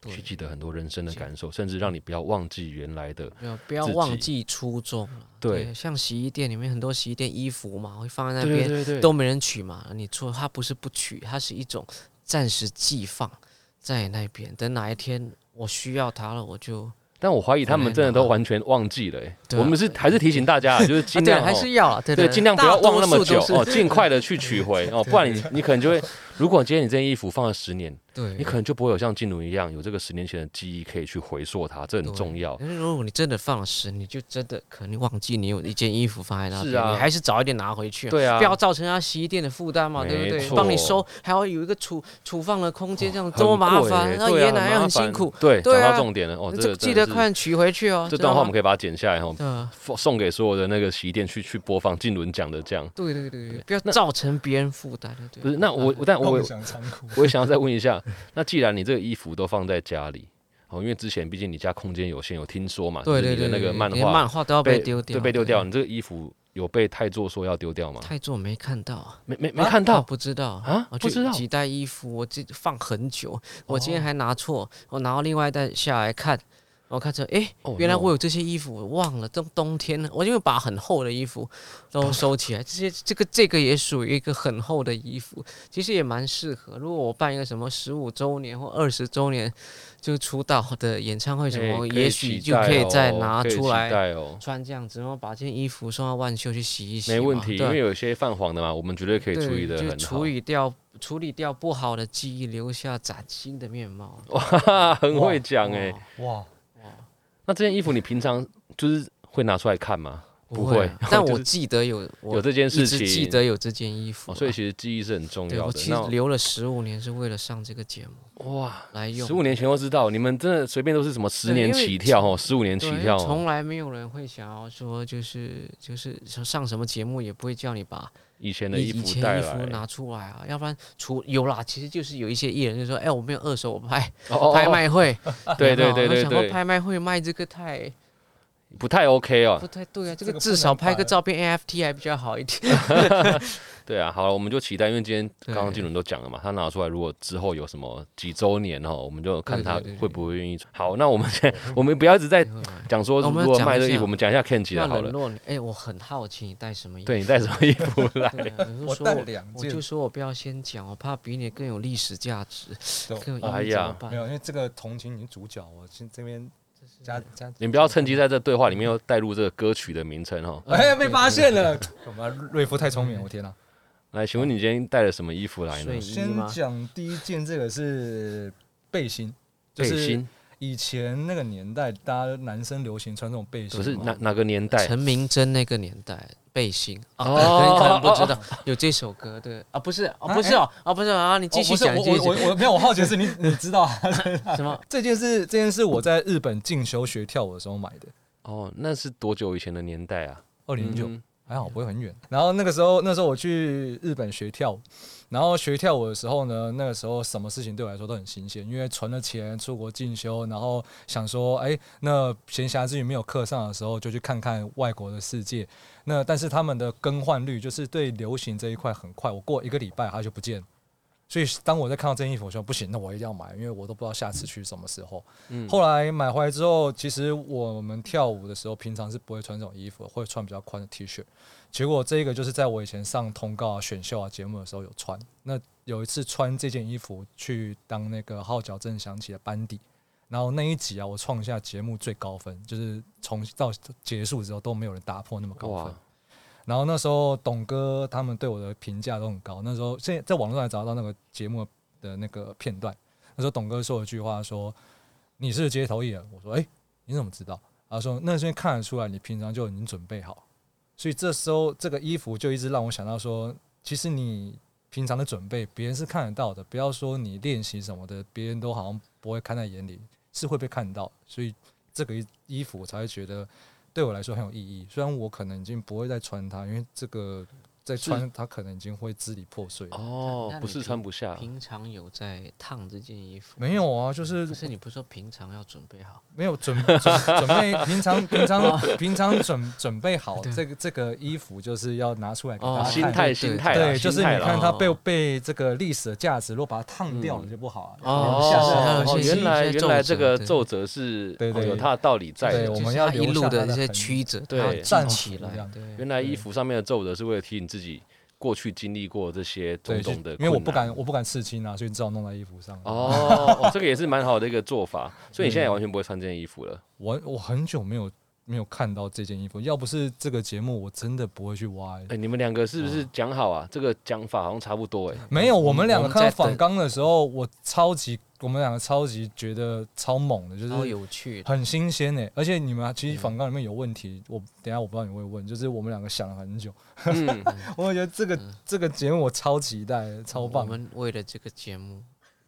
S2: 对
S3: 去记得很多人生的感受，甚至让你不要忘记原来的
S2: 没有不要
S3: 自
S2: 忘
S3: 己
S2: 记初衷啊
S3: 对
S2: 像洗衣店里面很多洗衣店衣服嘛，会放在那
S3: 对
S2: 边
S3: 对对
S2: 都没人取嘛，你错，它不是不取，它是一种暂时寄放在那边，等哪一天我需要它了，我就。
S3: 但我怀疑他们真的都完全忘记了、欸。
S2: 对啊
S3: 我们是还是提醒大家啊，就是
S2: 啊，
S3: 尽
S2: 对，
S3: 量、
S2: 还
S3: 哦
S2: 是要啊，对
S3: 对，尽量不要忘那么久哦，
S2: 哦。
S3: 尽快的去取
S2: *laughs*
S3: 回哦，不然你你可能就会，如果今天你这件衣服放了十年，
S2: 对，
S3: 你可能就不会有像静茹一样有这个十年前的记忆可以去回溯它，这很
S2: 对
S3: 重要。
S2: 可是如果你真的放了十，你就真的可能忘记你有一件衣服放在那边，
S3: 是啊
S2: 你还是早一点拿回去，
S3: 对啊
S2: 不，要造成他洗衣店的负担嘛，对不
S3: 没
S2: 对？
S3: 错
S2: 帮你收，还要有一个储储放的空间，这样
S3: 很
S2: 多麻
S3: 贵
S2: 烦，
S3: 欸
S2: 那
S3: 对
S2: 爷
S3: 啊
S2: 爷奶奶
S3: 麻
S2: 很辛
S3: 烦
S2: 苦。
S3: 对，
S2: 对
S3: 讲到
S2: 啊
S3: 重点了哦，这
S2: 这
S3: 个
S2: 记
S3: 真的
S2: 得
S3: 是
S2: 快点取回去哦。
S3: 这
S2: 知
S3: 段
S2: 道
S3: 话我们
S2: 吗
S3: 可以把它剪下来哦，
S2: 呃，
S3: 送送给所有的那个洗衣店去去播放静茹讲的这样。
S2: 对对对对，不要
S3: 那
S2: 造成别人负担。对
S3: 不是，
S2: *laughs*
S3: 那我我但我
S4: 共
S3: 有
S4: 享仓库。
S3: 我也想要再问一下，那既然你这个衣服都放在家里，哦，因为之前毕竟你家空间有限，有听说嘛，
S2: 对
S3: 就是
S2: 对对
S3: 你的那
S2: 对
S3: 个漫
S2: 连
S3: 画
S2: 漫画都哦要被丢掉，
S3: 对，被丢掉。。你这个衣服有被泰做说要丢掉吗？
S2: 太座没看到。
S3: 没没没看
S2: 啊
S3: 到，
S2: 不知道
S3: 啊
S2: 我
S3: 不
S2: 就
S3: 知道哦
S2: 几袋衣服，我这放很久，我今天还拿错，我拿到另外一袋下来看，我看着，诶，
S3: 哦
S2: 原来
S3: no
S2: 我有这些衣服，我忘了，冬冬天，我因为把很厚的衣服都
S3: 哦
S2: 收起来，这些这个这个也属于一个很厚的衣服，其实也蛮适合。如果我办一个什么十五周年或二十周年就出道的演唱会什
S3: 哎
S2: 么，
S3: 可以
S2: 也
S3: 期
S2: 许就
S3: 待
S2: 可以
S3: 哦
S2: 再拿
S3: 可以
S2: 出
S3: 期
S2: 来
S3: 待哦，
S2: 穿这样子，然后把这件衣服送到万秀去洗一洗嘛，
S3: 没问
S2: 对
S3: 题，因
S2: 啊
S3: 为有些泛黄的嘛，我们绝对可以处理
S2: 对
S3: 的
S2: 就
S3: 很好
S2: 处。
S3: *laughs*
S2: 理掉处理掉不好的记忆，留下崭新的面貌。哦
S3: 哇，很会讲
S2: 哇
S3: 哎。
S4: 哇，
S3: 那这件衣服你平常就是会拿出来看吗？
S2: *laughs*
S3: 不
S2: 会
S3: 会，
S2: 啊
S3: *laughs*
S2: 但
S3: 就
S2: 我
S3: 是
S2: 记得有我
S3: 有这件事
S2: 一直记
S3: 情，
S2: 得有这件衣服
S3: 哦
S2: 啊，
S3: 所以其实记忆是很重
S2: 对
S3: 要
S2: 我
S3: 的
S2: 其。实
S3: 那
S2: 留了十五年是为了上这个节目
S3: 哇，
S2: 来用。
S3: 十五年前都知道，你们真的随便都是什么十
S2: 对
S3: 年
S2: 因为
S3: 起跳哦，十五年起
S2: 对，因
S3: 跳
S2: 为
S3: 哦，
S2: 从来没有人会想要说，就是就是说上什么节目也不会叫你把
S3: 以前的
S2: 你
S3: 衣
S2: 以
S3: 服
S2: 前
S3: 带
S2: 衣服
S3: 来，
S2: 拿出来啊，要不然除有啦，其实就是有一些艺人就说，哎，我没有二手，我拍
S3: 哦哦哦
S2: 拍卖会，
S3: *laughs* 对
S2: 有没
S3: 对
S2: 有
S3: 对
S2: 我
S3: 对
S2: 想过
S3: 对，
S2: 拍卖会卖这个太
S3: 不太 OK 哦
S2: 不。太对啊，这
S4: 这
S2: 个
S4: 个
S2: 至
S4: 不
S2: 少
S4: 能
S2: 拍个
S4: 摆
S2: 照片 NFT 还比较好一 *laughs* 点。
S3: *laughs* 对啊，好了，我们就期待，因为今天
S2: 对
S3: 刚刚金伦都讲了嘛，他拿出来，如果之后有什么几周年哦，我们就看他
S2: 对对对对
S3: 会不会愿意。好，那我们现在我们不要一直在讲说
S2: 我
S3: 如
S2: 们
S3: 果
S2: 讲
S3: 卖
S2: 一
S3: 这个衣
S2: 下
S3: 服，我们讲一下 Ken 吉
S2: 哎要
S3: 的好
S2: 嗯冷
S3: 了。
S2: 落你，哎，我很好奇你带什么衣服。
S3: 对你带什么衣服来？ *laughs*
S2: 对啊，你就
S4: 我
S2: 说
S4: 带
S2: 我
S4: 两
S2: 我就
S4: 件
S2: 说我不要先讲，我怕比你更有历史价值，
S4: 对
S2: 更有
S3: 哎
S2: 意义，怎么
S3: 呀
S2: 办嗯
S4: 啊没？有，因为这个同情你是主角，我先这边加加。
S3: 你不要趁机在这对话里面又带入这个歌曲的名称哦。
S4: *laughs* 哎，被发现了！干嘛？瑞夫太聪明了，我天哪！
S3: 来，请问你今天带了什么衣服来呢
S2: 睡？衣
S4: 先
S2: 吗？
S4: 讲第一件，这个是背心，就
S3: 背
S4: 是
S3: 心，
S4: 以前那个年代，大家男生流行穿这种背
S3: 可
S4: 心嘛，哦
S3: 是哪哪个年代？
S2: 陈明真那个年代背心啊，
S3: 哦
S2: 你可能不知道有这首歌，对啊，不是啊，
S4: 啊
S2: 不是哦，啊不是啊，你继
S4: 哦
S2: 续
S4: 不是
S2: 讲，你继续
S4: 我我我我没有，我好奇的是你你知道啊
S2: 讲什么？
S4: 这件事，这件事我在日本进修学跳舞的时候买的，
S3: 哦，那是多久以前的年代啊？
S4: 二零零九，
S3: 嗯
S4: 还好不会很远。然后那个时候，那时候我去日本学跳舞，然后学跳舞的时候呢，那个时候什么事情对我来说都很新鲜，因为存了钱出国进修，然后想说，哎，那闲暇之余没有课上的时候，就去看看外国的世界。那但是他们的更换率就是对流行这一块很快，我过一个礼拜它就不见了。所以当我在看到这件衣服，我说不行，那我一定要买，因为我都不知道下次去什么时候。
S3: 嗯
S4: 后来买回来之后，其实我们跳舞的时候，平常是不会穿这种衣服，会穿比较宽的 T 恤。结果这个就是在我以前上通告啊、选秀啊节目的时候有穿。那有一次穿这件衣服去当那个号角正响起的班底，然后那一集啊，我创下节目最高分，就是从到结束之后都没有人打破那么高分
S3: 哇。，
S4: 然后那时候董哥他们对我的评价都很高，那时候现在在网络上还找到那个节目的那个片段。那时候董哥说了一句话说：“你是街头艺人。”我说：“哎、你怎么知道？”他说：“那是因为看得出来你平常就已经准备好，所以这时候这个衣服就一直让我想到说，其实你平常的准备别人是看得到的，不要说你练习什么的，别人都好像不会看在眼里，是会被看到。所以这个衣服我才会觉得对我来说很有意义。虽然我可能已经不会再穿它，因为这个再穿它可能已经会支离破碎了。
S3: 哦
S2: 那，
S3: 不
S2: 你
S3: 是
S2: 平
S3: 穿不下，
S2: *laughs* 平常有在烫这件衣服？
S4: 没，有啊，就是
S2: 可是你不是说平常要准备好？
S4: 没有准 *laughs* 准准备，平常平
S3: 哦
S4: 常平常准准备好
S2: 对
S4: 这个这个衣服，就是要拿出来给
S2: 哦
S4: 大家看。
S3: 心态心态啦
S4: 对，就是
S3: 心
S4: 你
S3: 态啦
S4: 看它被
S2: 哦
S4: 被这个历史的价值，如果把它烫掉了
S3: 嗯
S4: 就不好啊。
S3: 哦
S2: 留下是
S3: 哦，
S2: 有一些
S3: 原来
S2: 一些皱
S3: 原来
S2: 褶
S3: 这个
S2: 对
S3: 皱褶是
S4: 对
S3: 哦
S4: 对
S3: 有它的道理在
S4: 对
S3: 的
S4: 我
S2: 就
S4: 们
S2: 是
S4: 要
S2: 它一
S4: 留
S2: 路
S4: 下
S2: 的
S4: 它
S2: 一
S4: 的
S2: 些
S4: 痕
S2: 曲折，
S3: 对
S2: 它要记
S4: 战
S2: 起
S4: 服这
S2: 来，
S4: 样
S2: 对，
S3: 原来衣服上面的皱褶是为了提醒自己过去经历过这些
S4: 对，
S3: 种
S4: 就
S3: 种的
S4: 因
S3: 困难，
S4: 为我不敢我不敢刺青啊，所以只好弄在衣服上。
S3: 哦，哦这个也是蛮好的一个做法，所以你现在也
S4: 嗯
S3: 完全不会穿这件衣服了。
S4: 我我很久没有没有看到这件衣服，要不是这个节目，我真的不会去挖、欸
S3: 哎、你们两个是不
S4: 嗯
S3: 是讲好啊？这个讲法好像差不多
S4: *laughs*
S3: 哎、
S4: 没有，我们两
S2: 我们
S4: 个
S2: 在
S4: 看到
S2: 等
S4: 仿钢的时候，我超级，我们两个超级觉得超猛的，就
S3: 哦
S2: 超
S4: 是
S2: 有趣的。
S4: 很新鲜诶、而且你们啊其实仿钢里面有问题，我等一下我不知道你会问，就是我们两个想了很久，
S3: 嗯，
S4: 我觉得这个、这个节目我超期待的，超
S2: 我
S4: 棒的。
S2: 们为了这个节目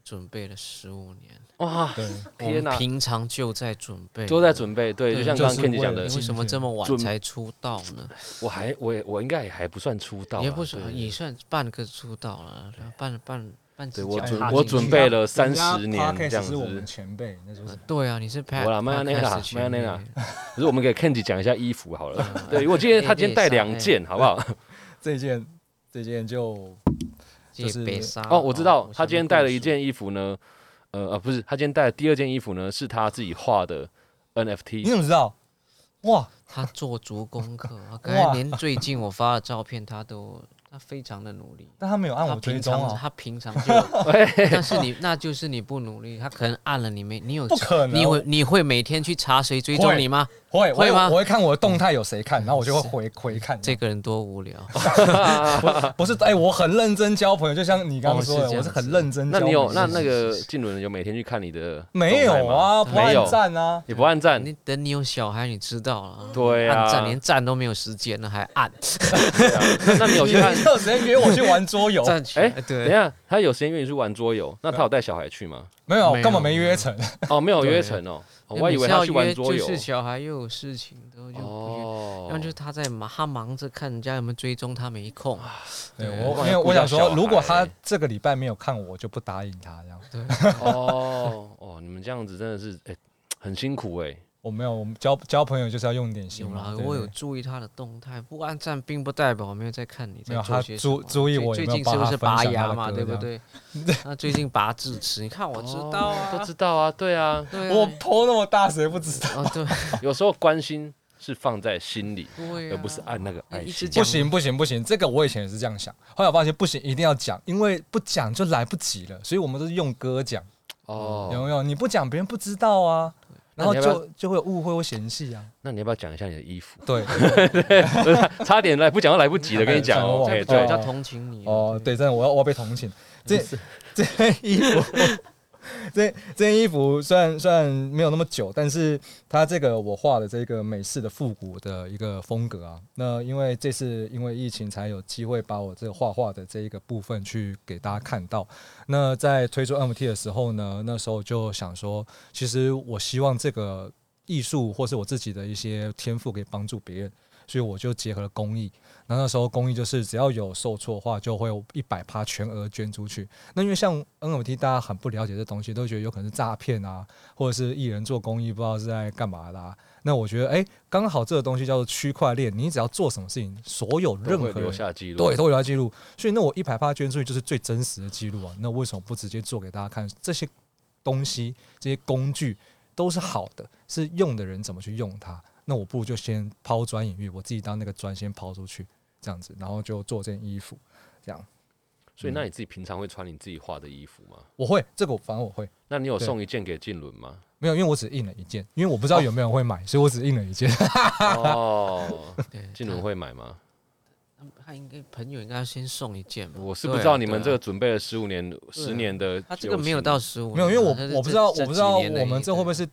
S2: 准备了十五年，
S3: 哇，
S4: 对，
S2: 我
S3: 天
S2: 们
S3: 哪、
S2: 平常就在准备，
S3: 都在。准备。对，
S2: 对
S3: 就像
S4: 就
S3: 刚
S4: 是
S3: 刚 Kenny 讲
S4: 为
S3: 的
S4: 了
S2: 你，为什么这么晚
S3: 准
S2: 才出道呢？
S3: 我还我也我应该也还不算出道、啊，
S2: 也不少，
S3: 对
S2: 也算半个出道了，然后半半半只
S3: 对我
S2: 脚
S3: 准
S2: 踏
S3: 我
S2: 进
S3: 准
S2: 去
S3: 备了
S4: 人家
S3: 30年
S4: podcast
S3: 这样子
S4: 是我们前辈，那就是
S2: 呃对啊，你是 Pat，
S3: 我啦 Mayonnaise 啦 Mayonnaise 啦可是我们给 Kenny 讲一下衣服好
S2: *laughs*
S3: 了。对，我今天他今天带
S2: 哎
S3: 两件，好不好？
S4: 这件这件就就是
S2: 北沙
S3: 哦，我知道，
S2: 啊
S3: 他
S2: 想
S3: 今天
S2: 不
S3: 带
S2: 过
S3: 了一
S2: 数
S3: 件衣服呢，呃呃，不是，他今天带的第二件衣服呢是他自己画的
S4: 你
S3: NFT。
S4: 怎么知道？哇，
S2: 他做足功课，
S4: *laughs*
S2: 他刚才连最近我发的照片，他都他非常的努力。
S4: 但他没有按
S2: 他
S4: 我追
S2: 平
S4: 踪
S2: 常
S4: 啊，
S2: 他平
S4: *laughs*
S2: 常就有，但是你那就是你不努力，他可能按了你没，你有
S4: 不可能
S2: 你会你会每天去查谁追踪
S4: 会
S2: 你吗？
S4: 会
S2: 会吗
S4: 我会看我的动态有谁看，然后我就会回回看。
S2: 这个人多无聊，
S4: 不是哎、我很认真交朋友，就像你刚刚
S2: 哦
S4: 说
S2: 是
S4: 的，
S2: 这样
S4: 我是很认真
S3: 那
S4: 交朋
S3: 你
S4: 友
S3: 有那那个静伦有每天去看你的
S4: 没
S3: 动
S4: 有
S3: 态吗？
S4: 啊？不
S3: 没有
S4: 按赞啊？
S3: 也不按赞，
S2: 你等你有小孩你知道了啊。
S3: 对啊
S2: 按赞连赞都没有时间了，还按
S3: 那那你有
S4: 你
S3: 去
S4: *laughs*
S3: 看？
S4: 有时间约我去玩
S2: *laughs*
S4: 桌游？
S2: 站起
S3: 哎
S2: 来，
S3: 等一
S2: 对，
S3: 下，他有时间约你去玩桌游，那他有带小孩去吗？
S4: 没有，
S2: 没有
S4: 根本没约成。
S3: 哦，没有约成哦，哦我还以为
S2: 每次
S3: 他
S2: 要
S3: 去玩
S2: 约
S3: 桌游
S2: 就。是小孩又有事情，然后就不约。
S3: 哦
S2: 要，么就是他在忙，他忙着看人家有没有追踪，他没
S3: 啊
S2: 空。
S4: 对
S2: 对
S4: 我，
S3: 我
S4: 因为我想
S3: 顾
S4: 说
S3: 家小，孩
S4: 如果他这个礼拜没有看我，我就不答应他这样。
S3: 哦哦，你们这样子真的是哎、很辛苦哎、
S4: 我没有，我们交交朋友就是要用点心
S2: 有
S4: 嘛。
S2: 啦，
S4: 对
S2: 我有
S4: 对
S2: 注意他的动态，不按赞并不代表我没有在看你
S4: 没
S2: 在
S4: 有
S2: 做
S4: 他
S2: 些什
S4: 注
S2: 么。
S4: 注意
S2: 最
S4: 我有
S2: 最
S4: 没有
S2: 近
S4: 帮
S2: 是不
S4: 他
S2: 是
S4: 分
S2: 拔
S4: 享他
S2: 牙
S4: 的
S2: 嘛，
S4: 歌
S2: 对不
S4: 这
S2: 对？
S4: *laughs*
S2: 那最近拔智齿，你看我知道
S3: 哦都
S2: 啊，
S3: 知道啊，对啊，
S2: 对啊
S4: 我剖那么大，谁不知道？
S2: 哦
S4: *laughs*
S2: 对
S3: 有时候关心是放在心里，
S2: 对
S4: *laughs*
S2: 啊，
S3: 而不是按那个爱
S2: 一
S3: 心
S2: 直。讲
S4: 不行不行不行，这个我以前也是这样想，后来我发现不行，一定要讲，因为不讲就来不及了，所以我们都是用歌讲，有
S3: 哦，
S4: 没有？你不讲，别人不知道啊，然后
S3: 那
S4: 就
S3: 你要不
S4: 就会有误会或嫌弃啊。
S3: 那你要不要讲一下你的衣服？ *laughs*
S4: 对，
S3: 差点来不讲都来不及了，跟你讲哦。
S4: *laughs* 哎
S3: 哎，
S2: 比
S3: 对，
S2: 较同情你啊
S4: 哦，，对，真的，我要我要被同情。这这件衣服，这 *laughs* 这件衣服虽然虽然没有那么久，但是它这个我画的这个美式的复古的一个风格啊，那因为这次因为疫情才有机会把我这个画画的这一个部分去给大家看到。那在推出 MT 的时候呢，那时候就想说，其实我希望这个艺术或是我自己的一些天赋可以帮助别人，所以我就结合了公益。那那时候公益就是只要有受挫的话，就会一百趴全额捐出去。那因为像
S3: 嗯
S4: NFT 大家很不了解这东西，都觉得有可能是诈骗啊，或者是艺人做公益不知道是在干嘛啦、那我觉得，哎、刚好这个东西叫做区块链，你只要做什么事情，所有任
S3: 都会
S4: 何
S3: 留
S4: 人
S3: 下记录。
S4: 对，都有来记录。所以那我一百趴捐出去就是最真实的记录啊。那为什么不直接做给大家看？这些东西、这些工具都是好的，是用的人怎么去用它。那我不如就先抛砖引玉，我自己当那个砖先抛出去，这样子，然后就做这件衣服。
S3: 所以那你自己平常会穿你自己画的衣服吗？
S4: 我会这个我，反正我会
S3: 那你有
S4: 对
S3: 送一件给静伦吗？
S4: 没有，因为我只印了一件，因为我不知道有没有人会
S2: 嗯
S4: 买，所以我只印了一
S2: *laughs*
S4: 件。 *laughs*
S3: 哦，
S2: 对
S3: 静伦会买
S4: 啊
S3: 吗？
S2: 他他应该朋友应该要先送一件吧，
S3: 我是不
S2: 对啊
S3: 知道你们这。
S2: 对
S3: 个
S2: 啊
S3: 准备了十五年、十年的，
S2: 他这个没有到，十五，啊
S4: 没有，因为
S2: *laughs*
S4: 我
S2: 他是
S4: 我不
S2: 这
S4: 知道，
S2: 这
S4: 我不
S2: 几
S4: 知道
S2: 年
S4: 我
S2: 而
S4: 们
S2: 已
S4: 这会不会
S2: 对
S4: 是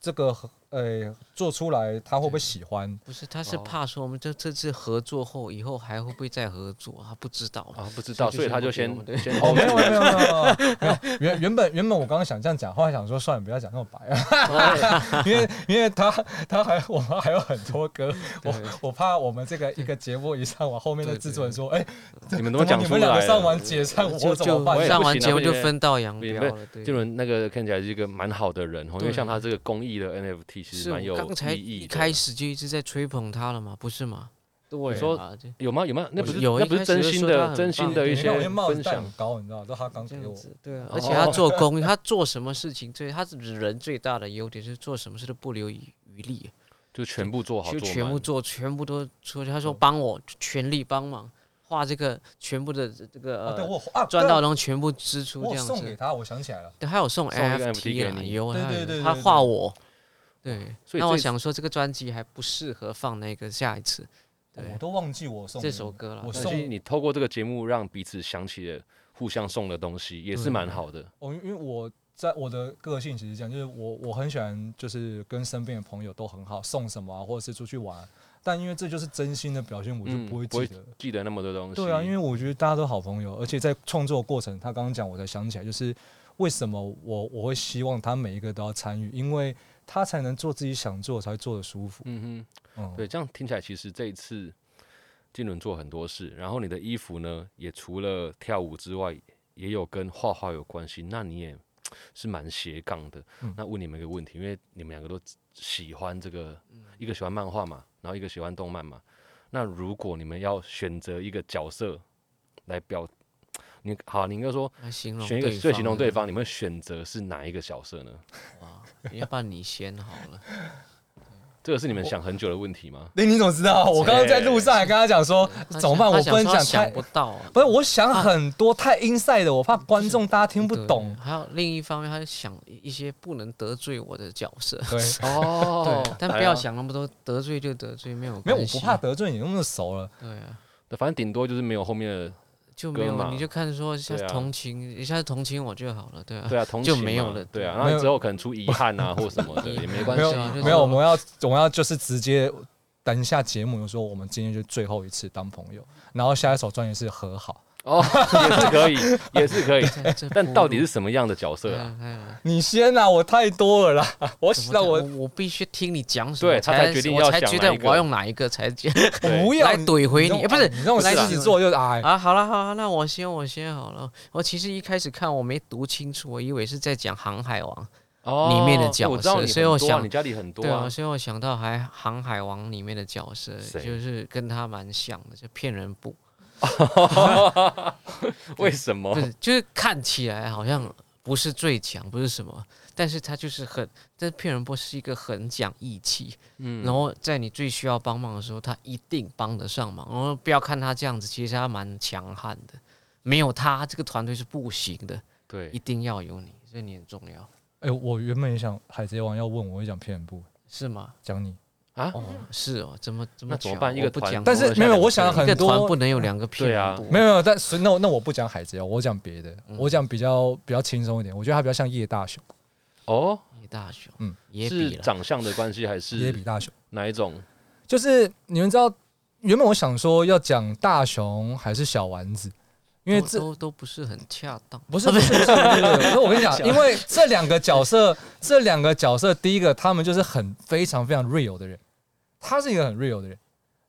S4: 这个呃做出来他会不会喜欢？
S2: 不是？他是
S3: 哦
S2: 怕说我们这这次合作后，以后还会不会再合作？他不知道。
S3: 啊，不知道，所
S2: 所
S3: 以
S2: 以
S3: 他就
S2: 就
S3: 先
S2: 先不给我们
S3: 先
S4: 哦，没有没有没有没有没有，原原本原本我刚刚想这样讲，后来想说算了，不要讲那么白
S2: *laughs*
S4: *laughs*
S3: 哦
S4: 啊，因为因为他他还我们还有很多歌，我我怕我们这个一个节目一上完，后面的制作人说，哎，
S3: 你们
S4: 怎
S3: 都
S4: 么
S3: 讲
S4: 你
S3: 出
S4: 们两
S3: 来
S4: 个
S3: 了
S4: 上完解散，我
S2: 就
S4: 怎么办
S3: 我？也
S2: 上
S3: 不
S2: 完
S3: 行啊
S2: 节目
S3: 不行
S2: 就分道扬
S3: 不行
S2: 镳
S3: 不是
S2: 了，对。
S3: 静伦那个看起来是一个蛮好的人哦，因为
S2: 对
S3: 像他这个公益的 NFT 其实
S2: 是我
S3: 蛮有
S2: 刚才
S3: 意
S2: 一
S3: 义
S2: 开
S3: 的。
S2: 始就一直在吹捧他了嘛，不是吗？对
S3: 你说
S2: 啊这
S3: 有吗？有吗？那不是
S2: 有
S3: 那不
S2: 一开
S3: 是
S2: 始
S3: 真
S2: 就
S3: 心
S2: 说他
S3: 的
S2: 很
S3: 真心
S2: 棒
S3: 的一
S4: 你看我
S3: 些
S4: 那帽子
S3: 分
S4: 戴
S3: 享
S4: 很。高，你知道，都他刚
S2: 这
S4: 给
S2: 样
S4: 我。
S2: 子，对啊
S3: 哦，
S2: 而且他
S4: *laughs*
S2: 做公益，他做什么事情，最他人最大的优点是做什么事都不留余余力，啊
S3: 就全部做好
S2: 就
S3: 做哦
S2: 全部
S3: 满。
S2: 做，全部都出去。他说帮我全力帮忙画这个全部的这
S4: 啊，对
S2: 个
S4: 我啊，
S2: 呃赚到的东西全部支出
S4: 我
S2: 这
S4: 有
S2: 样
S4: 送给
S2: 子。
S4: 他，我想起来了，
S2: 对，他有送
S3: 送一个 NFT 给
S2: NFT 啊，
S3: 你哦
S2: 有
S4: 对
S2: 他
S4: 对
S2: 有
S4: 对
S2: 他
S4: 对
S2: 画
S4: 对
S2: 我，对。
S3: 所以
S2: 那我
S3: 这
S2: 想说这个专辑还不适合放那个下一次，对
S4: 哦我都忘记我送
S2: 这
S4: 给
S2: 首
S4: 你
S2: 歌了。
S4: 我
S2: 对
S3: 所以
S4: 送
S3: 你透过这个节目让彼此想起了互相送的东西，也是
S2: 对
S3: 蛮好的。
S4: 我哦因为我在我的个性其实这样，就是我我很喜欢就是跟身边的朋友都很好，送什么啊，或者是出去玩，但因为这就是真心的表现，我就
S3: 嗯
S4: 不会
S3: 不会
S4: 记得。
S3: 记得那么多东西。
S4: 对啊，因为我觉得大家都好朋友，而且在创作过程，他刚刚讲我才想起来，就是为什么我我会希望他每一个都要参与，因为他才能做自己想做，才会做得舒服。
S3: 嗯哼。
S4: 嗯，
S3: 对，这样听起来，其实这一次金轮做很多事，然后你的衣服呢，也除了跳舞之外，也有跟画画有关系，那你也是蛮斜杠的。
S4: 嗯
S3: 那问你们一个问题，因为你们两个都喜欢这个，一个喜欢漫画嘛，然后一个喜欢动漫嘛。那如果你们要选择一个角色来表，你好，你应该说
S2: 来形容
S3: 选一个
S2: 对
S3: 最形容对
S2: 方
S3: 方，你们选择是哪一个角色呢？
S2: 的，要不然你先好了。
S3: 这个是你们想很久的问题吗？
S4: 那你怎么知道？我刚刚在路上还跟他讲说，
S2: 他
S4: *laughs* 怎么
S2: 想
S4: 办？
S2: 他
S4: 我
S2: 想
S4: 分
S2: 说
S4: 享
S2: 他
S4: 太
S2: 想不到啊，
S4: 不是，我想很多太 inside 的，我怕观众大家听不
S2: 对
S4: 懂。
S2: 还有另一方面，他想一些不能得罪我的角
S3: *laughs*
S2: 色，
S4: 对，
S2: *laughs*
S3: 哦
S2: 但不要想那么多，得罪就得罪，没有
S4: 没有，我
S2: 关
S4: 不
S2: 系
S4: 怕。得罪你，那么熟了。
S2: 对啊，
S3: 对，反正顶多就是没有后面的
S2: 就没
S3: 哥嘛
S2: 有，你就看说下
S3: 对啊
S2: 同情，一下同情我就好了，对啊。
S3: 对啊，同
S2: 就
S3: 情
S2: 没
S3: 嘛
S2: 有了
S3: 对
S2: 对
S3: 啊，然后
S4: 没
S3: 你
S4: 有
S3: 之后可能出遗憾
S2: *laughs*
S3: 啊或什么的也没关
S4: 没有
S3: 系啊。
S2: 就
S4: 没有，
S2: 是
S4: 我们要我们要就是直接等一下节目，就说我们今天就最后一次当朋友，然后下一首专辑是和好。
S3: 哦，也是可以，也是可以。
S2: 在这
S3: *laughs* 但
S2: 步
S3: 到底
S2: 路
S3: 是什么样的角色
S2: 对
S3: 啊？
S2: 啊，哎
S4: *laughs*
S2: 呀
S4: 你先啦、我太多了啦，我
S2: 怎么
S4: 让
S2: 讲
S4: 我
S2: 我我必须听你讲什么，
S3: 对他才
S2: 才
S3: 决定
S2: 我
S3: 要
S2: 才
S3: 想
S2: 决
S3: 哪
S2: 定
S3: 一个
S2: 我要用哪一个才讲
S3: 对
S4: 不要
S2: 来怼回你，哎不是
S4: 你这种
S2: 来
S4: 狮子座就是哎，
S2: 啊，好了好了，那我先我先好了。我其实一开始看我没读清楚，我以为是在讲《航海王》，
S3: 哦
S2: 嗯里面的角色
S3: 我知道你
S2: 所以
S3: 很
S2: 我
S3: 多啊
S2: 想
S3: 你家里很多
S2: 对啊，所以我想到还《航海王》里面的角色，
S3: 谁
S2: 就是跟他蛮像的，就骗人不，
S3: 为什么
S2: 不？是就是看起来好像不是最强，不是什么，但是他就是很，这骗人不是一个很讲义气，
S3: 嗯
S2: 然后在你最需要帮忙的时候，他一定帮得上忙。然后不要看他这样子，其实他蛮强悍的，没有他这个团队是不行的，一
S3: 对，
S2: 定要有你，所以你很重要，
S4: 哎、我原本也想《海贼王》要问我，会讲骗人部，
S2: 是吗？
S4: 讲你，
S2: 哦，是哦，怎么怎么
S3: 那怎么
S2: 巧
S3: 办一个
S2: 我不
S3: 团
S2: 讲，
S4: 但
S3: 我
S4: 是
S3: 想
S4: 没有，
S3: 讲
S4: 我想
S3: 骗
S4: 嗯很
S2: 一个团
S4: 多
S2: 不能有两个骗
S3: 对啊
S2: 人部
S4: 没有没有，但是那我那我不讲海贼王，我讲别的，
S2: 嗯
S4: 我讲比较比较轻松一点，我觉得他比较像叶大雄，
S3: 哦，
S2: 野大雄，
S4: 嗯，
S2: 也
S3: 是
S2: 比了，
S3: 长相的关系还
S4: 野
S3: 是
S4: 比大雄，
S3: 哪一种？
S4: 就是你们知道，原本我想说要讲大雄还是小丸子，因为
S2: 都
S4: 这
S2: 都都不是很恰当。
S4: 不是不是不是，不是我跟你讲，因为这两个角色，这两个角色，第一个他们就是很非常非常 real 的人，他是一个很 real 的人。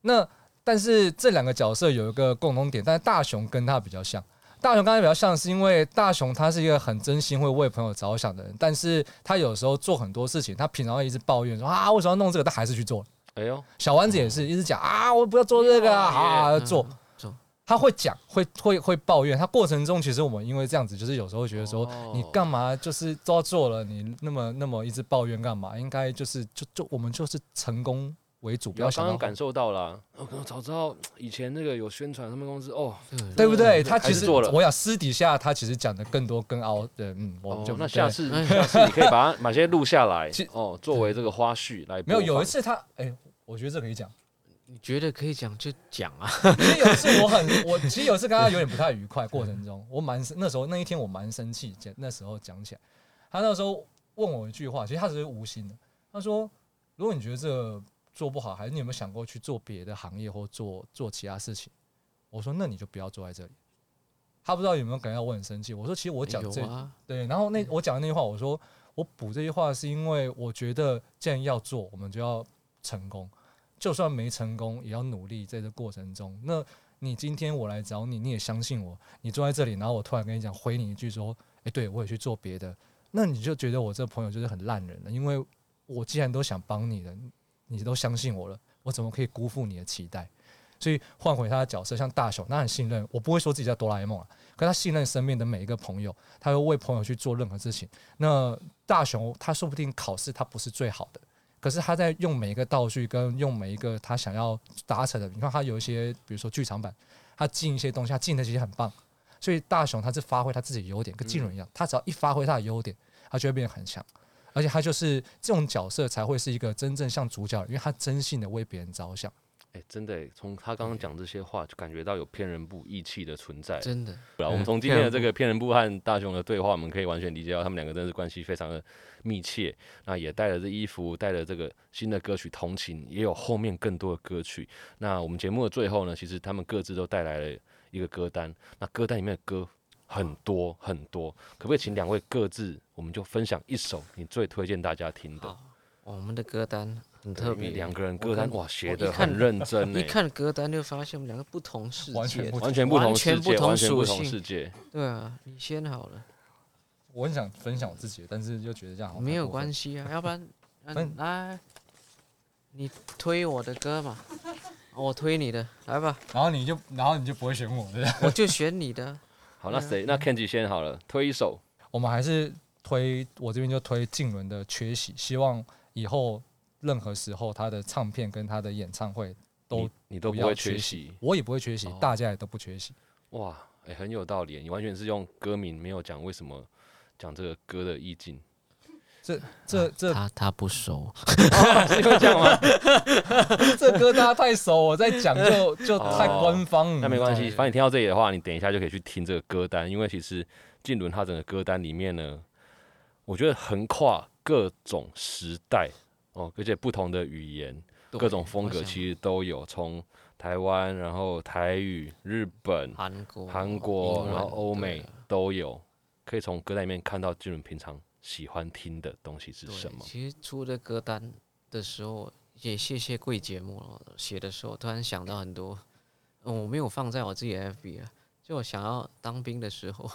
S4: 那但是这两个角色有一个共同点，但是大雄跟他比较像。大雄刚才比较像是因为大雄他是一个很真心会为朋友着想的人，但是他有时候做很多事情，他平常会一直抱怨说啊为什么要弄这个，他还是去做。
S3: 哎呦，
S4: 小丸子也是一直讲啊我不要做这个啊，好好
S2: 嗯
S4: 好做。
S2: 做
S4: 他会讲，会会会抱怨。他过程中，其实我们因为这样子，就是有时候会觉得说，
S3: 哦
S4: 你干嘛就是都要做了，你那么那么一直抱怨干嘛？应该就是就就我们就是成功为主，不
S3: 有
S4: 要
S3: 啊
S4: 想
S3: 刚
S4: 到
S3: 刚感受到了，我刚刚早知道以前那个有宣传他们公司哦，
S4: 对不对？
S3: 嗯
S4: 他
S3: 还
S4: 其
S3: 是
S4: 实
S3: 做了
S4: 我想私底下他其实讲的更多更凹的，嗯，我们
S3: 哦
S4: 就、，
S3: 那
S4: 对
S3: 下次
S2: 哎
S3: 下次你可以把它把些录下
S2: *laughs*
S3: 来
S4: 其
S3: 哦，作为这个花絮来播放。
S4: 没有有一次他哎、我觉得这可以讲。
S2: 你觉得可以讲就讲啊，
S4: 其实有一次我很我其实有一次跟他有点不太愉快，过程中我蛮生那时候那一天我蛮生气，讲那时候讲起来，他那时候问我一句话，其实他只是无心的，他说如果你觉得这做不好，还是你有没有想过去做别的行业或做做其他事情？我说那你就不要坐在这里。他不知道有没有感觉到我很生气，我说其实我讲 *laughs* 这、
S2: 有啊，
S4: 对，然后那我讲的那句话，我说我补这句话是因为我觉得既然要做，我们就要成功，就算没成功也要努力，在这过程中，那你今天我来找你，你也相信我，你坐在这里，然后我突然跟你讲回你一句说，哎、对我也去做别的，那你就觉得我这朋友就是很烂人了，因为我既然都想帮你了，你都相信我了，我怎么可以辜负你的期待？所以换回他的角色，像大雄，他很信任，我不会说自己叫哆啦 A 梦啊，可他信任身边的每一个朋友，他会为朋友去做任何事情。那大雄他说不定考试他不是最好的，可是他在用每一个道具跟用每一个他想要达成的，你看他有一些，比如说剧场版，他进一些东西，他进的其实很棒。所以大雄他是发挥他自己的优点，跟金融一样，他只要一发挥他的优点，他就会变得很强。而且他就是这种角色才会是一个真正像主角，因为他真心的为别人着想。
S3: 哎，真的耶，从他刚刚讲这些话，就感觉到有骗人部义气的存
S4: 哎
S3: 在。
S2: 真的
S3: 对啊，我们从今天的这个骗人部和大雄的对话，我们可以完全理解到他们两个真的是关系非常的密切。那也带了这衣服，带了这个新的歌曲《同情》，也有后面更多的歌曲。那我们节目的最后呢，其实他们各自都带来了一个歌单。那歌单里面的歌很多很多，可不可以请两位各自，我们就分享一首你最推荐大家听的
S2: 好？我们的歌单很特
S3: 因为
S2: 别，
S3: 两个人歌单哇，写的
S2: 一看
S3: 很认真
S2: *laughs*
S3: 欸
S2: 一
S3: 呢，
S2: 看歌单就发现我们两个不同世
S4: 完全
S2: 界
S4: 不，
S3: 完全不同
S2: 完
S3: 世
S2: 全不
S3: 界，
S2: 同
S3: 完全不
S2: 属
S3: 同
S2: 性
S3: 世界。
S2: 对啊，你先好了，
S4: 我很想分享我自己，但是又觉得这样好像
S2: 没有
S4: 太过分
S2: 关系啊，要不
S4: *laughs*
S2: 然，嗯
S4: 分，
S2: 来，你推我的歌嘛，我推你的，来吧，
S4: 然后你就然后你就不会选我，对不对？
S2: 我就选你的，
S3: 好，那谁？那 Kenji 先好了，推一首。
S4: 我们还是推我这边就推静伦的《缺席》，希望以后任何时候他的唱片跟他的演唱会都
S3: 你你都
S4: 不
S3: 不
S4: 要
S3: 会
S4: 缺
S3: 缺
S4: 席
S3: 席，
S4: 我也不会缺席，
S3: 哦
S4: 大家也都不缺席。
S3: 哇，哎、很有道理，你完全是用歌名没有讲为什么讲这个歌的意境，
S4: 这这这
S2: 他他不熟，
S3: 是因为这样吗？
S4: 这歌大家太熟，我在讲就就
S3: 哦
S4: 太官方
S3: *laughs*
S4: 了。
S3: 那没关系，
S4: 嗯对
S3: 反正你听到这里的话，你等一下就可以去听这个歌单，因为其实静伦他整个歌单里面呢，我觉得横跨各种时代哦，而且不同的语言、
S2: 对
S3: 各种风格
S2: 我想
S3: 其实都有，从台湾，然后台语、日本、
S2: 韩国、
S3: 韩国，
S2: 英文
S3: 然后欧
S2: 对
S3: 美都有，可以从歌单里面看到俊伦平常喜欢听的东西是
S2: 对
S3: 什么。
S2: 其实出这歌单的时候，也谢谢贵节目了。写的时候突然想到很多，嗯，我没有放在我自己的 FB 啊。就我想要
S3: 哦
S2: 当兵的时候，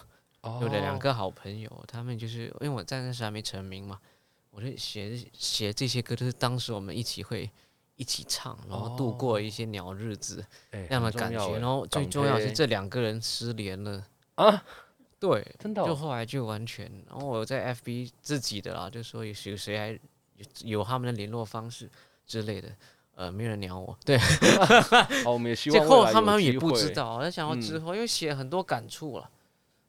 S2: 有的两个好朋友，他们就是因为我在那时还没成名嘛，我就写写这些歌，就是当时我们一起会一起唱，然后度过一些鸟日子、
S3: 哎
S2: 那样的
S3: 很重
S2: 感
S3: 要
S2: 觉。
S3: 哎
S2: 然后最
S3: 港
S2: 重要的是
S3: 台
S2: 这两个人失联了，
S3: 啊，
S2: 对，
S3: 真的
S2: 就
S3: 哦
S2: 后来就完全，然后我在 FB 自己的啦，就说有谁谁还有有他们的联络方式之类的，呃，没有人鸟我。对，
S3: 好，哦我们也希
S2: 最
S3: 望未
S2: 后
S3: 来
S2: 他
S3: 有
S2: 们也
S3: 机
S2: 不知
S3: 会，
S2: 道，我在想到之后，因为写很多感触了，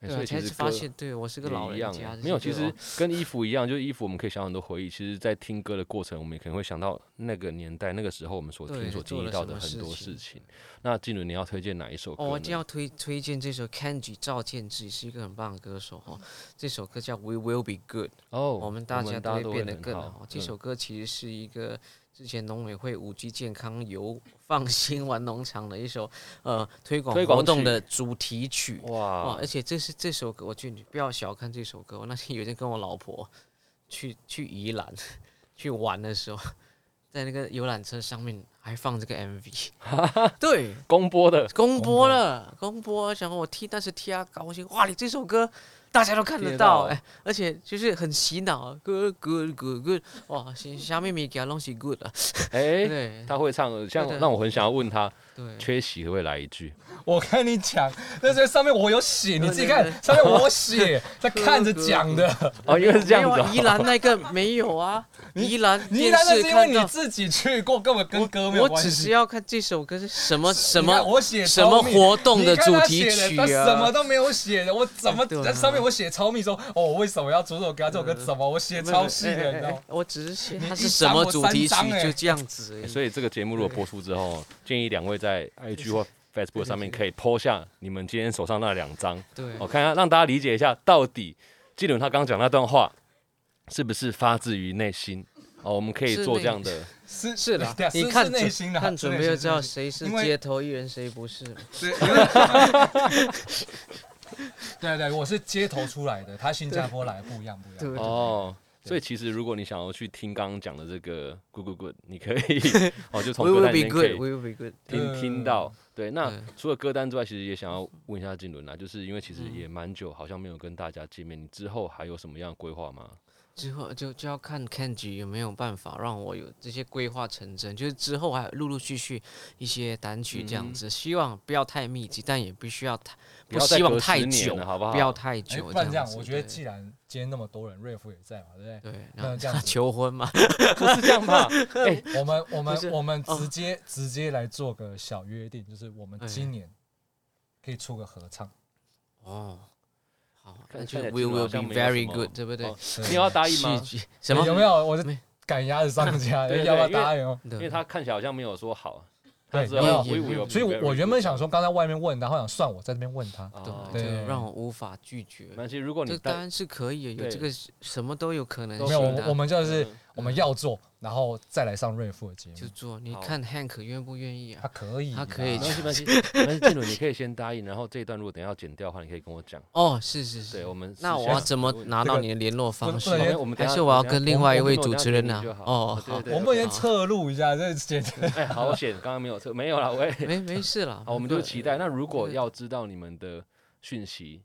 S3: 哎
S2: 对
S3: 所
S2: 啊，
S3: 以其
S2: 才
S3: 实
S2: 发
S3: 歌
S2: 现对我是个
S3: 也
S2: 老人
S3: 一样
S2: 家
S3: 哎。
S2: 这
S3: 没有，
S2: 些
S3: 其
S2: 对
S3: 实
S2: 哦
S3: 跟衣服一样，就是衣服我们可以想到很多回忆。其实，在听歌的过程，我们也可能会想到那个年代、那个时候我们所听、
S2: 对
S3: 所
S2: 做
S3: 经历
S2: 了
S3: 到
S2: 什
S3: 的
S2: 么
S3: 很
S2: 事
S3: 多
S2: 情
S3: 事情。那静伦，你要推荐哪一首歌
S2: 哦，
S3: 呢？
S2: 我就要推推荐这首 Kanji 赵健志是一个很棒的歌手哦，这首歌叫 We Will Be Good。
S3: 哦，
S2: 我们大家都
S3: 都
S2: 会
S3: 会
S2: 变得
S3: 很
S2: 更
S3: 好
S2: 好。这
S3: 嗯
S2: 首歌其实是一个之前农委会五 G 健康游放心玩农场的一首呃推广
S3: 推广
S2: 活动
S3: 曲
S2: 的主题曲。哇！
S3: 哇
S2: 而且这是这首歌，我觉得你不要小看这首歌。我那天有一天跟我老婆去去宜兰 *laughs* 去玩的时候，在那个游览车上面还放这个 MV，对，
S3: *laughs* 公
S2: *laughs*
S3: 播的
S2: 公播了，公播，然后我替但是替他高兴，哇，你这首歌大家都看
S3: 听
S2: 得
S3: 得
S2: 到，
S3: 到
S2: 哎，而且就是很洗脑，good good good good，哇，下下面咪给他弄起 good 了，
S3: 哎，
S2: 对
S3: 他会唱的，像
S2: 对的
S3: 让我很想要问他，
S2: 对，
S3: 缺席可不可以来一句？
S4: 我跟你讲，那在上面我有写，你自己看
S2: 对对，
S4: 上面我写，在看着讲的。
S3: 哦，因为是这样
S2: 没
S3: 子
S2: 有啊宜
S3: 哦，
S2: 兰那个没有
S4: *laughs*
S2: 啊，宜兰
S4: 你
S2: 电
S4: 那
S2: 视
S4: 是因为
S2: 看
S4: 你
S2: 到，
S4: 自己去过，根本跟歌没有
S2: 我
S4: 关
S2: 只是
S4: 系。
S2: 要看这首歌是什么什
S4: 你看
S2: 么
S4: 我写
S2: 什么
S4: 超密
S2: 活动的
S4: 你看
S2: 主
S4: 他
S2: 题
S4: 写的
S2: 曲
S4: 他什么
S2: 啊。
S4: 都没有写的，我怎么
S2: 对啊
S4: 在上面我写超密说，哦，为什么要出这首歌？这首歌怎么我写超
S2: *laughs*
S4: 细
S2: 哎哎
S4: 的，你知
S2: 哎
S4: 道
S2: 哎
S4: 吗？
S2: 我只是写它
S4: 你
S2: 是
S4: 一
S2: 什
S4: 张
S2: 么
S4: 我
S2: 主
S4: 三
S2: 题曲
S4: 张，哎
S2: 就这样子而已。
S3: *laughs* 所以这个节目如果播出之 *laughs* 后，建议两位在 IG 或 Facebook 上面可以 po 下你们今天手上那两张， *laughs* 哦
S2: 对，
S4: 哦
S3: 我看一下，让大家理解一下，到底纪伦他刚刚讲那段话是不是发自于内心？哦，我们可以
S2: 是
S3: 做
S2: 内
S3: 这样的，
S4: 是
S2: 是
S4: 的
S2: 的，，
S4: 对啊
S2: 你
S4: 是
S2: 看
S4: 是内
S2: 准
S4: 心的，
S2: 看准备就知道 *laughs*
S4: 是
S2: 谁是
S4: 因为
S2: 街头艺人，谁不是。
S4: 内心的。对因为对对，我是街头出来的，他新加坡来不一样，不一样。
S2: 对
S3: 哦。所以其实，如果你想要去听刚刚讲的这个 “good good good”，你可以 *laughs* 哦，就从
S2: We
S3: 歌
S2: will
S3: 单
S2: be
S3: 里面可
S2: good.
S3: 以
S2: We will be good.
S3: 听
S4: 嗯
S3: 听到。对，那
S2: 对
S3: 除了歌单之外，其实也想要问一下静伦啊，就是因为其实
S2: 嗯
S3: 也蛮久，好像没有跟大家见面，你之后还有什么样的规划吗？
S2: 之后就就要看 Kenji 有没有办法让我有这些规划成真，就是之后还有陆陆续续一些单曲这样子，希望不要太密集，但也必须要太
S3: 不要
S2: 希
S3: 再
S2: 望
S3: 隔
S2: 太
S3: 10年
S2: 久，
S3: 了好不好？
S2: 不要太
S4: 哎，
S2: 久
S4: 不然这样
S2: 子，
S4: 我觉得
S2: 对
S4: 既然今天那么多人，瑞夫也在嘛，对不
S2: *laughs*
S4: 对？
S2: 对，
S4: 那
S2: 然后
S4: 这样子
S2: 求婚嘛，
S3: *laughs*
S2: *laughs*
S3: 不是这样吧？哎，
S4: 我们我
S2: 是
S4: 们我们
S2: 哦
S4: 直接直接来做个小约定，就是我们
S2: 哎
S4: 今年可以出个合唱。
S2: 哦，好，
S3: 看
S2: 那就
S3: 看起来
S2: We
S3: 基本
S2: will
S3: 好
S2: be
S3: 像没有什
S2: very
S3: 么
S2: good，对不对
S3: 哦？
S4: 对
S3: 你要答应吗？
S2: 戏剧什么
S4: 有没有？我是
S2: 没
S4: 赶鸭子上
S3: *laughs*
S4: 架，
S3: 对对
S4: 要不要
S3: 因为嗯
S4: 答应哦？
S2: 对
S3: 因为他看起来好像没有说好，
S4: 对
S3: 他只
S4: 没有
S3: 要
S2: 也没有
S4: 所以我，我原本想，说，刚才外面
S3: 啊
S4: 问他，后来想算我在这边问他，
S3: 哦
S2: 对，
S4: 对
S2: 就让我无法拒绝。
S3: 那其实如果
S2: 这
S3: 你
S2: 当
S3: 单
S2: 然是可以的，有这
S3: 对
S2: 个是什么都有可能
S3: 都
S2: 性
S4: 没
S2: 的
S4: 有，
S2: 啊。
S4: 我我们就是
S3: 嗯
S4: 我们要做，然后再来上瑞夫的节
S2: 就
S4: 目，
S2: 做，你
S3: 好
S2: 看 Hank 愿不愿意
S4: 他
S2: 啊？
S4: 可以，
S2: 他可以
S3: 没关系，没关系，没关系，静茹，你可以先答应，然后这一段如果等一下要剪掉的话，你可以跟我讲。
S2: 哦，是是
S3: 对，
S2: 是。
S3: 我们
S2: 那
S3: 私
S2: 我
S3: 下
S2: 要怎么拿
S4: 这
S2: 到
S4: 个
S2: 你的联络方
S4: 不
S2: 式
S4: 能？
S3: 没有我们等
S2: 还
S3: 一下
S2: 是我要
S3: 等一下
S2: 跟另外一
S3: 我们
S2: 位
S3: 等一
S2: 主
S3: 下
S2: 持人啊
S3: 给你就好
S2: 哦
S3: 对对
S4: 我们先
S2: 好
S4: 侧录一下，这简
S3: *laughs*
S4: 单。
S3: 哎，好险，刚刚没有测，没有啦，喂。
S2: *laughs* 没没事了。
S3: 好，我们就
S2: 不
S3: 期待。那如果
S2: 这个
S3: 要知道你们的讯息，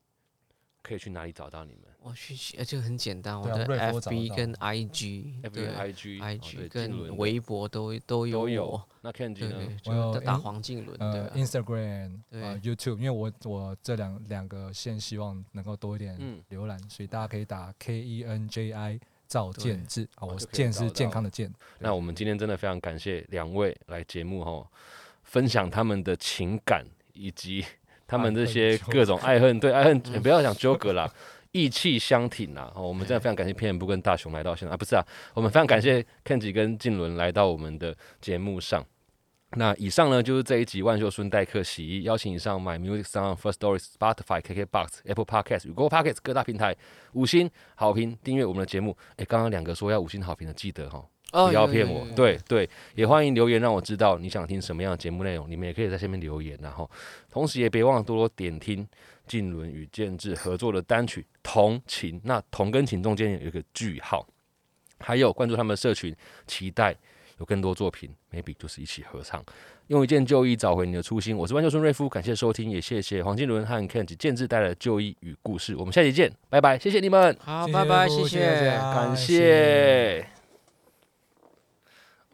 S3: 可以去哪里找到你们
S2: 我讯息呃就很简单，我
S4: 对啊
S2: 的
S4: 瑞夫我找得
S2: FB
S4: 到
S2: 跟 IG，
S3: ？F
S2: 对
S3: I G 哦
S2: ，IG
S3: 静
S2: 跟
S3: 伦
S2: 微博都都有
S3: 都有
S2: 我。。
S3: 那 Kenji
S2: 对
S3: 呢
S2: 对，？
S4: 我有
S2: 就打
S4: in-
S2: 黄静伦对
S4: 呃
S2: 啊。
S4: ，Instagram、
S2: 对
S4: 呃 YouTube，因为我我这两两个线希望能够多一点
S3: 嗯
S4: 浏览，所以大家可以打 K E N J I 赵
S2: 对
S4: 健志啊，
S3: 我
S4: 我
S3: 就可以
S4: 健
S3: 找
S4: 是
S3: 到
S4: 健康的健，
S3: 那我们今天真的非常感谢两位来节目哈，分享他们的情感以及他们这些各种爱恨，嗯对爱恨也不要想纠葛啦，意气相挺啦。哦，我们真的非常感谢片人部跟大雄来到现场啊，不是啊，我们非常感谢 Kenji 跟静伦来到我们的节目上。那以上呢就是这一集万秀孙代客洗衣，邀请以上 My Music Sound First Story、Spotify、KKBox、Apple Podcast 与 Google Podcast 各大平台五星好评，订阅我们的节目。诶，刚刚两个说要五星好评的，记得哈，
S2: 哦
S3: 不要
S2: 有
S3: 骗
S2: 有
S3: 我
S2: 有。有
S3: 对对，也欢迎留言让我知道你想听什么样的节目内容，你们也可以在下面留言，然后同时也别忘了多多点听静伦与建志合作的单曲《同情》，那“同”跟“情”中间有一个句号，还有关注他们的社群，期待有更多作品，maybe 就是一起合唱，用一件旧衣找回你的初心。我是万秀孙瑞夫，感谢收听，也谢谢黄金伦和 Ken 及建志带来的旧衣与故事。我们下期见，拜拜，谢谢你们，
S2: 好，拜拜，谢
S4: 谢大
S2: 谢。
S4: 家
S3: 感谢。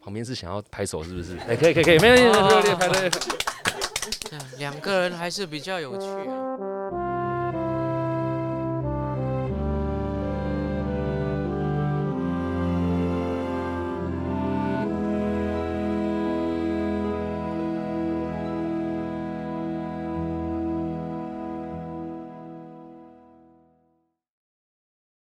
S3: 旁边是想要拍手是不是？哎、可以可以可以，没问题，没问题，拍对。
S2: 两个人还是比较有趣啊。